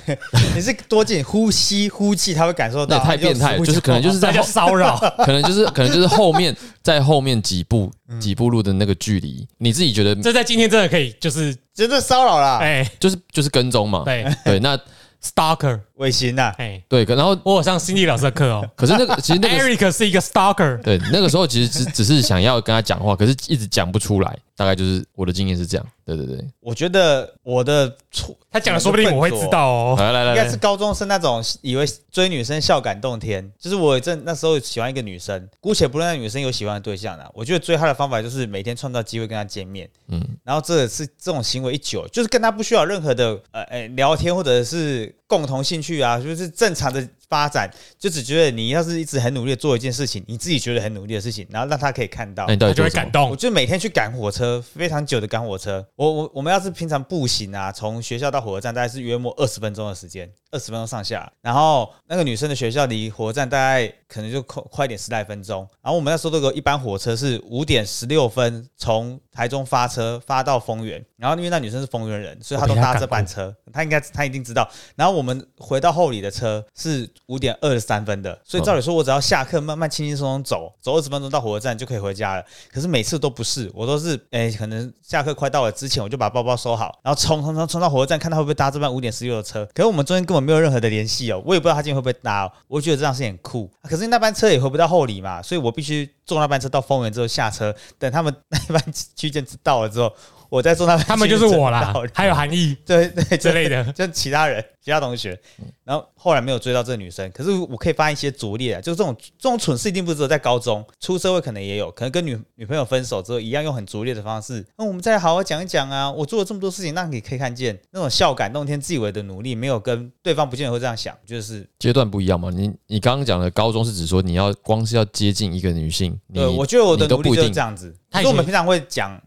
Speaker 2: 你是多进呼吸呼气，他会感受到。
Speaker 3: 那也太变态，
Speaker 2: 你用哦食
Speaker 3: 就是
Speaker 2: 物
Speaker 3: 可能就是在
Speaker 1: 那
Speaker 3: 后
Speaker 1: 叫啊骚 扰。
Speaker 3: 可能就是可能就是 后面在后面几步
Speaker 1: 嗯
Speaker 3: 几步路的那个距离，你自己觉得
Speaker 1: 这在今天真的可以，就是
Speaker 2: 真的骚扰
Speaker 3: 啊
Speaker 2: 啦，
Speaker 1: 哎、
Speaker 3: 就是就是跟踪嘛？
Speaker 1: 对
Speaker 3: 对，那
Speaker 1: ，stalker，
Speaker 2: 尾行呐，
Speaker 1: 哎、
Speaker 3: 对，可然后
Speaker 1: 我有上心理老师的课哦。
Speaker 3: 可是那个其实 那个
Speaker 1: Eric 是一个 stalker，
Speaker 3: 对那个时候其实只只是想要跟他讲话，可是一直讲不出来，大概就是我的经验是这样。对对对，
Speaker 2: 我觉得我的错，
Speaker 1: 他讲了说不定我会知道哦。
Speaker 3: 来来来
Speaker 2: 应该是
Speaker 3: 来，
Speaker 2: 高中生那种以为追女生笑感动天，就是我这那时候喜欢一个女生，姑且不论那女生有喜欢的对象啦，我觉得追她的方法就是每天创造机会跟她见面，
Speaker 3: 嗯
Speaker 2: 嗯，然后这是这种行为一久，就是跟她不需要有任何的呃呃聊天或者是共同兴趣啊，就是正常的发展，就只觉得你要是一直很努力地做一件事情，你自己觉得很努力的事情，然后让她可以看到
Speaker 3: 那，你到
Speaker 1: 他
Speaker 3: 底
Speaker 1: 就
Speaker 3: 做
Speaker 1: 会
Speaker 3: 了什
Speaker 1: 感
Speaker 3: 么？
Speaker 2: 我
Speaker 1: 动，
Speaker 2: 就每天去赶火车，非常久的赶火车。我我我们要是平常步行啊，从学校到火车站大概是约莫二十分钟的时间，二十分钟上下。然后那个女生的学校离火车站大概可能就快快一点十来分钟。然后我们那时候都有一班火车是五点十六分从台中发车发到丰原，然后因为那女生是丰原人，所以她都搭这班车，她应该她一定知道。然后我们回到后里的车是五点二十三分的，
Speaker 1: 嗯
Speaker 2: 所以照理说我只要下课慢慢轻轻松松走，走二十分钟到火车站就可以回家了。可是每次都不是，我都是诶、可能下课快到了之前，我就把包包收好，然后冲冲冲冲到火车站，看他会不会搭这班五点十六的车。可是我们中间根本没有任何的联系哦，我也不知道他今天会不会搭、哦。我觉得这样是很酷、啊可是那班车也回不到后里嘛，所以我必须坐那班车到丰原之后下车，等他们 那班区间到了之后，我再坐那班。
Speaker 1: 他们就是我啦，还有韩毅
Speaker 2: 对对
Speaker 1: 之类的。 嗯
Speaker 2: 就其他人、其他同学，然后后来没有追到这个女生，可是我可以发现一些拙劣啊，就是这种这种蠢事一定不是只有在高中，出社会可能也有，可能跟女女朋友分手之后一样，用很拙劣的方式，那、我们再好好讲一讲啊，我做了这么多事情，让你可以看见那种笑感动天自以为的努力，没有跟对方不见得会这样想，就是
Speaker 3: 阶段不一样嘛？你你刚刚讲的高中是指说你要光是要接近一个女性，你
Speaker 2: 对我觉得我的
Speaker 3: 你都
Speaker 2: 努力
Speaker 3: 不一
Speaker 2: 就是
Speaker 3: 定
Speaker 2: 这样子，
Speaker 1: 他
Speaker 2: 可
Speaker 1: 已
Speaker 2: 是我们
Speaker 1: 经
Speaker 2: 平常会讲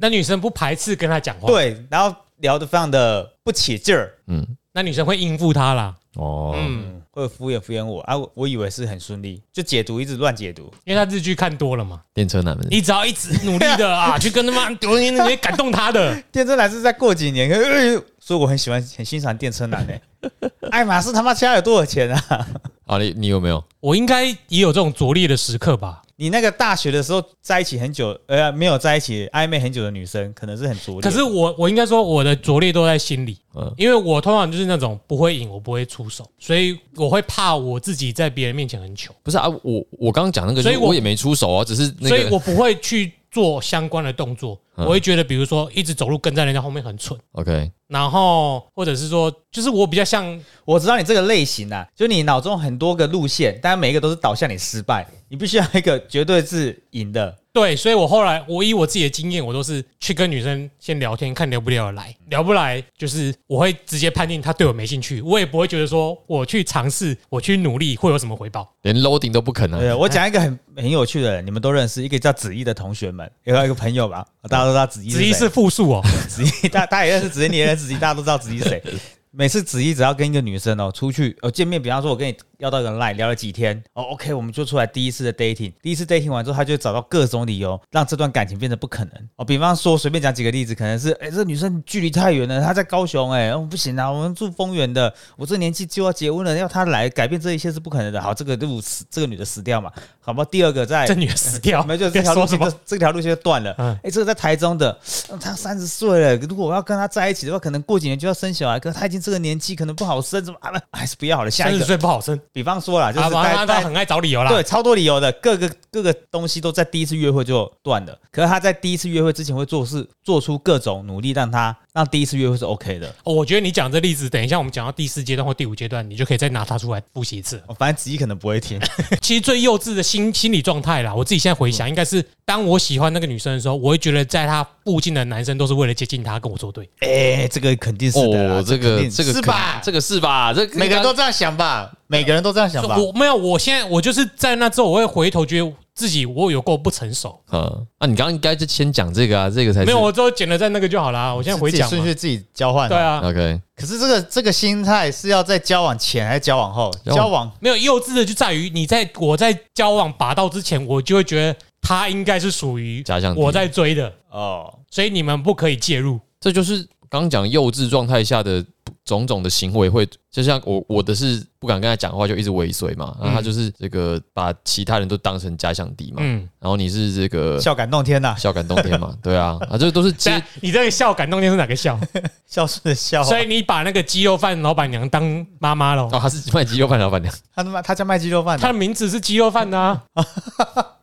Speaker 1: 那女生不排斥跟他讲话，，
Speaker 2: 对，然后聊得非常的不起劲儿，
Speaker 3: 嗯
Speaker 1: 那女生会应付他啦。
Speaker 3: 哦，
Speaker 1: 嗯，
Speaker 2: 嗯，会敷衍敷衍我啊，我我以为是很顺利，就解读一直乱解读。
Speaker 1: 因为他日剧看多了嘛，
Speaker 3: 电车男们，
Speaker 1: 你只要一直努力 的啊，去跟他妈多你你会感动他的。
Speaker 2: 电车男是在过几年，可是所以我很喜欢、很欣赏电车 男呢、爱马仕他妈家有多少钱啊？
Speaker 3: 啊，你你有没有？
Speaker 1: 我应该也有这种拙劣的时刻吧？
Speaker 2: 你那个大学的时候在一起很久，呃，没有在一起暧昧很久的女生，可能是很拙劣。
Speaker 1: 可是我我应该说我的拙劣都在心里，
Speaker 3: 嗯
Speaker 1: 因为我通常就是那种不会赢，我不会出手，所以我会怕我自己在别人面前很糗，
Speaker 3: 不是啊，我我刚刚讲那个，
Speaker 1: 所以
Speaker 3: 就是我
Speaker 1: 我
Speaker 3: 也没出手啊，只是那
Speaker 1: 所以
Speaker 3: 个
Speaker 1: 我不会去做相关的动作。
Speaker 3: 嗯
Speaker 1: 我会觉得，比如说一直走路跟在人家后面很蠢，
Speaker 3: OK，
Speaker 1: 然后或者是说，就是我比较像
Speaker 2: 我知道你这个类型啊，就你脑中很多个路线，但每一个都是导向你失败，你必须要一个绝对是赢的。
Speaker 1: 对，所以我后来我以我自己的经验，我都是去跟女生先聊天，看聊不聊得来，聊不来就是我会直接判定她对我没兴趣，我也不会觉得说我去尝试，我去努力会有什么回报。
Speaker 3: 连 loading 都不肯
Speaker 1: 哎
Speaker 3: 啊。
Speaker 2: 对，呃我讲一个很很有趣的人，你们都认识，一个叫子怡的同学们，有一个朋友吧，大家都知道子怡。
Speaker 1: 子怡是复数哦，
Speaker 2: 子怡，大大家也认识哦子怡，你也认识子怡，大家都知道子怡是谁。每次子怡只要跟一个女生哦出去，呃见面，比方说我跟你要到一个人 line 聊了几天，哦，OK，我们就出来第一次的 dating，第一次 dating 完之后，他就找到各种理由让这段感情变得不可能哦。比方说，随便讲几个例子，可能是，哎、这女生距离太远了，她在高雄、哎、哦，不行啊，我们住丰原的，我这年纪就要结婚了，要她来改变这一切是不可能的。好，这个路死，这个女的死掉嘛，好吧。第二个在
Speaker 1: 这女的死掉，
Speaker 2: 没有，就是
Speaker 1: 别
Speaker 2: 这条路
Speaker 1: 说
Speaker 2: 线
Speaker 1: 什
Speaker 2: 就
Speaker 1: 么
Speaker 2: 这条路线就断了。
Speaker 1: 嗯
Speaker 2: 哎、这个在台中的，嗯他三十岁了，如果我要跟他在一起的话，可能过几年就要生小孩，可是他已经这个年纪，可能不好生，怎么啊？不还是不要好了。下
Speaker 1: 三
Speaker 2: 一
Speaker 1: 十
Speaker 2: 个，
Speaker 1: 岁不好生，
Speaker 2: 比方说啦，就是
Speaker 1: 啊，
Speaker 2: 在
Speaker 1: 他他
Speaker 2: 在
Speaker 1: 很爱找理由啦。
Speaker 2: 对，超多理由的，各个各个东西都在第一次约会就断了。可是他在第一次约会之前会做事，做出各种努力，让他让第一次约会是 OK 的。
Speaker 1: 哦，我觉得你讲这例子，等一下我们讲到第四阶段或第五阶段，你就可以再拿它出来复习一次。
Speaker 2: 哦反正子怡可能不会听，
Speaker 1: 其实最幼稚的心心理状态啦，我自己现在回想，应该是当我喜欢那个女生的时候，我会觉得在她附近的男生都是为了接近她跟我作对。
Speaker 2: 哎、这个肯定是的啦、
Speaker 3: 哦，这
Speaker 2: 肯
Speaker 3: 个
Speaker 2: 定
Speaker 3: 这个
Speaker 2: 是
Speaker 3: 可
Speaker 2: 吧？
Speaker 3: 这个是吧？这
Speaker 4: 每个人都这样想吧，每个人都这样想吧。
Speaker 1: 我没有，我现在我就是在那之后，我会回头觉得自己我有够不成熟。
Speaker 3: 嗯，啊，你刚刚应该就先讲这个啊，这个才是
Speaker 1: 没有，我之后剪了在那个就好啦。我现在回
Speaker 4: 自己
Speaker 1: 讲
Speaker 4: 顺
Speaker 1: 嘛，
Speaker 4: 序自己交换、
Speaker 1: 对。啊，
Speaker 3: OK，
Speaker 4: 可是这个这个心态是要在交往前还是交往后？
Speaker 3: 交
Speaker 4: 交往
Speaker 1: 没有幼稚的就在于你在我在交往拔到之前，我就会觉得她应该是属于
Speaker 3: 假想敌
Speaker 1: 我在追的，
Speaker 2: 哦，
Speaker 1: 所以你们不可以介入。
Speaker 3: 这就是刚刚讲幼稚状态下的种种的行为会，就像我我的是不敢跟他讲话，就一直尾随嘛，然后他就是这个把其他人都当成假想敌嘛，
Speaker 1: 嗯，
Speaker 3: 然后你是这个
Speaker 4: 笑感动天呐、
Speaker 3: 孝感动天嘛，对啊，啊，这都是
Speaker 1: 对
Speaker 3: 接
Speaker 1: 啊，你这个笑感动天是哪 个笑？
Speaker 4: 孝顺的孝啊、
Speaker 1: 所以你把那个鸡肉饭老板娘当妈妈了
Speaker 3: 哦，。他是卖鸡肉饭老板娘，
Speaker 4: 他他妈他家卖鸡肉饭
Speaker 1: 他
Speaker 4: 的，
Speaker 1: 的名字是鸡肉饭的 啊，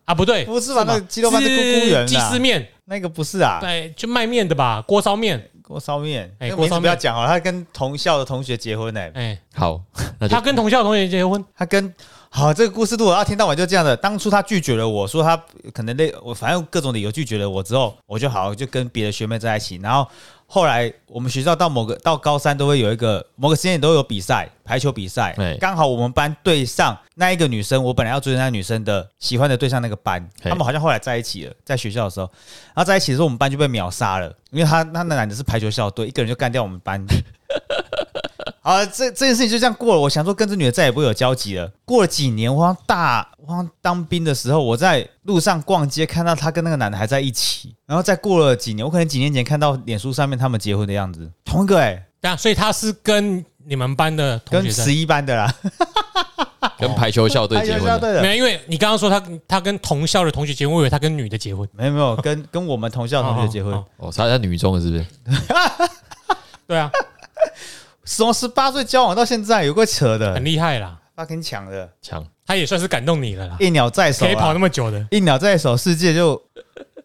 Speaker 1: 啊不对，
Speaker 4: 不是吧？
Speaker 1: 吗
Speaker 4: 那个鸡肉饭是姑姑园
Speaker 1: 鸡丝
Speaker 4: 的，
Speaker 1: 面，
Speaker 4: 那个不是啊？
Speaker 1: 对，就卖面的吧，锅烧面。
Speaker 4: 锅烧面，那
Speaker 1: 哎
Speaker 4: 个
Speaker 1: 锅
Speaker 4: 名
Speaker 1: 烧
Speaker 4: 字
Speaker 1: 面
Speaker 4: 不要讲哦。他跟同校的同学结婚呢、
Speaker 1: 哎，
Speaker 3: 好，那就
Speaker 1: 他跟同校同学结婚，
Speaker 4: 他跟好、这个故事，如果要听到完就这样的。当初他拒绝了我说他可能类我反正各种理由拒绝了我之后，我就好就跟别的学妹在一起。然后后来我们学校到某个到高三都会有一个某个时间点都有比赛，排球比赛
Speaker 3: 哎。
Speaker 4: 刚好我们班对上那一个女生，我本来要追的那个女生的喜欢的对象那个班，
Speaker 3: 嘿
Speaker 4: 他们好像后来在一起了，在学校的时候，然后在一起的时候我们班就被秒杀了，因为他他那男的是排球校队，一个人就干掉我们班。好，这这件事情就这样过了。我想说，跟这女的再也不会有交集了。过了几年，我好像大，我好像当兵的时候，我在路上逛街，看到她跟那个男的还在一起。然后再过了几年，我可能几年前看到脸书上面他们结婚的样子，同一个哎、
Speaker 1: 对啊，所以他是跟你们班的同
Speaker 4: 跟
Speaker 1: 学在
Speaker 4: 十。一班的啦，
Speaker 3: 跟排 球校队结婚
Speaker 4: 哎呀
Speaker 3: 的，
Speaker 4: 对的，
Speaker 1: 没有，因为你刚刚说他他跟同校的同学结婚，我以为他跟女的结婚。
Speaker 4: 没有没有，跟跟我们同校同学结婚
Speaker 1: 哦哦，
Speaker 3: 哦，他在女中了是不是？
Speaker 1: 对啊，
Speaker 4: 从十八岁交往到现在，有个扯的
Speaker 1: 很，厉害啦，
Speaker 4: fucking 强的，
Speaker 3: 强，
Speaker 1: 他也算是感动你了啦，
Speaker 4: 一鸟在手
Speaker 1: 可以跑
Speaker 4: 啊，
Speaker 1: 那么久的。
Speaker 4: 一鸟在手，世界就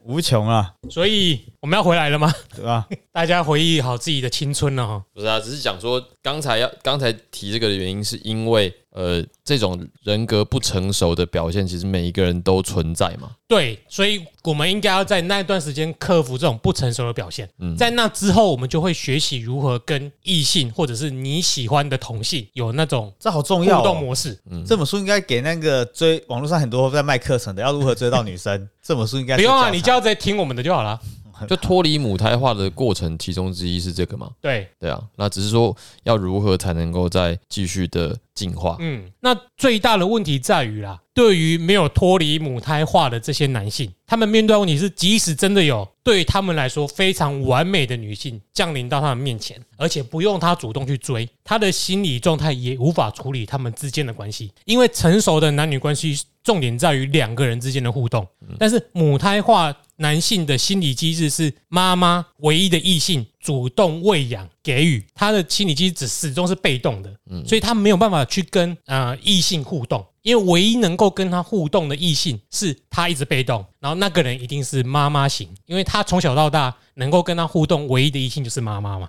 Speaker 4: 无穷了，
Speaker 1: 所以我们要回来了吗？
Speaker 4: 对吧？
Speaker 1: 大家回忆好自己的青春了哈。
Speaker 3: 不是啊，只是讲说刚才要刚才提这个的原因，是因为呃，这种人格不成熟的表现，其实每一个人都存在嘛。
Speaker 1: 对，所以我们应该要在那段时间克服这种不成熟的表现。
Speaker 3: 嗯
Speaker 1: 在那之后，我们就会学习如何跟异性或者是你喜欢的同性有那种
Speaker 4: 这好重
Speaker 1: 互
Speaker 4: 要、哦，
Speaker 1: 动模式。
Speaker 3: 嗯
Speaker 4: 这本书应该给那个追网络上很多在卖课程的，要如何追到女 生？这本书应该
Speaker 1: 不
Speaker 4: 是
Speaker 1: 用啊，
Speaker 4: 教材
Speaker 1: 你就要直接听我们的就好了。
Speaker 3: 就脱离母胎化的过程，其中之一是这个嘛？
Speaker 1: 对，
Speaker 3: 对啊，那只是说要如何才能够再继续的进化？
Speaker 1: 嗯，那最大的问题在于啦，对于没有脱离母胎化的这些男性，他们面对的问题是，即使真的有对他们来说非常完美的女性降临到他们面前，而且不用他主动去追，他的心理状态也无法处理他们之间的关系，因为成熟的男女关系重点在于两个人之间的互动，但是母胎化男性的心理机制是妈妈唯一的异性主动喂养给予，他的心理机制始终是被动的，所以他没有办法去跟呃异性互动，因为唯一能够跟他互动的异性是他一直被动，然后那个人一定是妈妈型，因为他从小到大能够跟他互动唯一的异性就是妈妈嘛，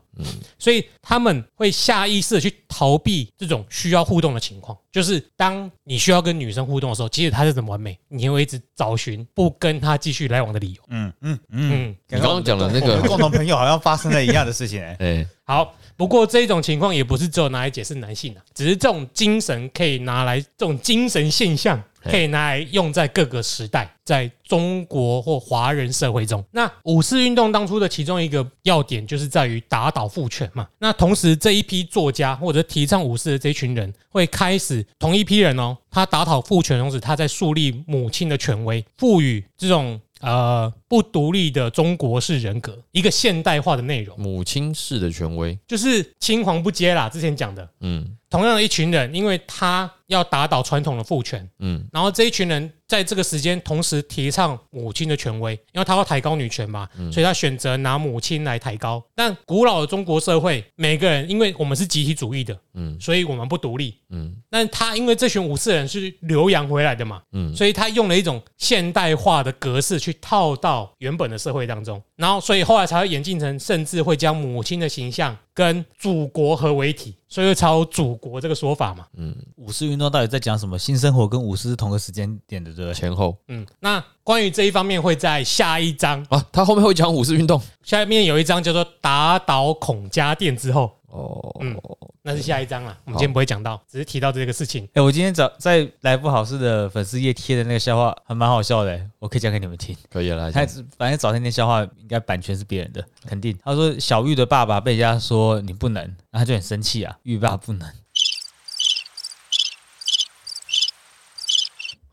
Speaker 1: 所以他们会下意识的去逃避这种需要互动的情况。就是当你需要跟女生互动的时候，即使她是怎么完美，你也会一直找寻不跟她继续来往的理由。
Speaker 4: 嗯嗯嗯，
Speaker 1: 嗯，
Speaker 3: 你刚刚讲的那
Speaker 4: 我们
Speaker 3: 个
Speaker 4: 共同朋友好像发生了一
Speaker 2: 一样的事情哎、
Speaker 3: 哎、
Speaker 1: 嗯好，不过这种情况也不是只有拿来解释男性啊，只是这种精神可以拿来，这种精神现象
Speaker 3: 嘿
Speaker 1: 可以拿来用在各个时代，在中国或华人社会中。那五四运动当初的其中一个要点就是在于打倒父权嘛。那同时这一批作家或者提倡五四的这群人会开始同一批人哦，他打倒父权的同时，他在树立母亲的权威，赋予这种。呃，不独立的中国式人格，一个现代化的内容。
Speaker 3: 母亲式的权威，
Speaker 1: 就是青黄不接啦。之前讲的，
Speaker 3: 嗯
Speaker 1: 同样的一群人，因为他要打倒传统的父权，
Speaker 3: 嗯
Speaker 1: 然后这一群人在这个时间同时提倡母亲的权威，因为他要抬高女权嘛，所以他选择拿母亲来抬高。但古老的中国社会，每个人因为我们是集体主义的，
Speaker 3: 嗯
Speaker 1: 所以我们不独立。
Speaker 3: 嗯
Speaker 1: 但他因为这群五四人是留洋回来的嘛，
Speaker 3: 嗯，
Speaker 1: 所以他用了一种现代化的格式去套到原本的社会当中，然后所以后来才会演进成，甚至会将母亲的形象跟祖国合为一体，所以会才有祖国这个说法嘛。
Speaker 2: 五四运动到底在讲什么？新生活跟五四是同个时间点的，对不对？
Speaker 3: 前后
Speaker 1: 嗯，那关于这一方面会在下一章，
Speaker 3: 啊，他后面会讲五四运动
Speaker 1: 下面有一章叫做打倒孔家店之后，
Speaker 3: 哦，
Speaker 1: 嗯那是下一章啦，我们今天不会讲到，只是提到这个事情。
Speaker 2: 哎、我今天早在来不好事的粉丝页贴的那个笑话还蛮好笑的、我可以讲给你们听。
Speaker 3: 可以了，来
Speaker 2: 他反正早餐店笑话应该版权是别人的，肯定。他说小玉的爸爸被人家说你不能，然后他就很生气啊，玉爸不能。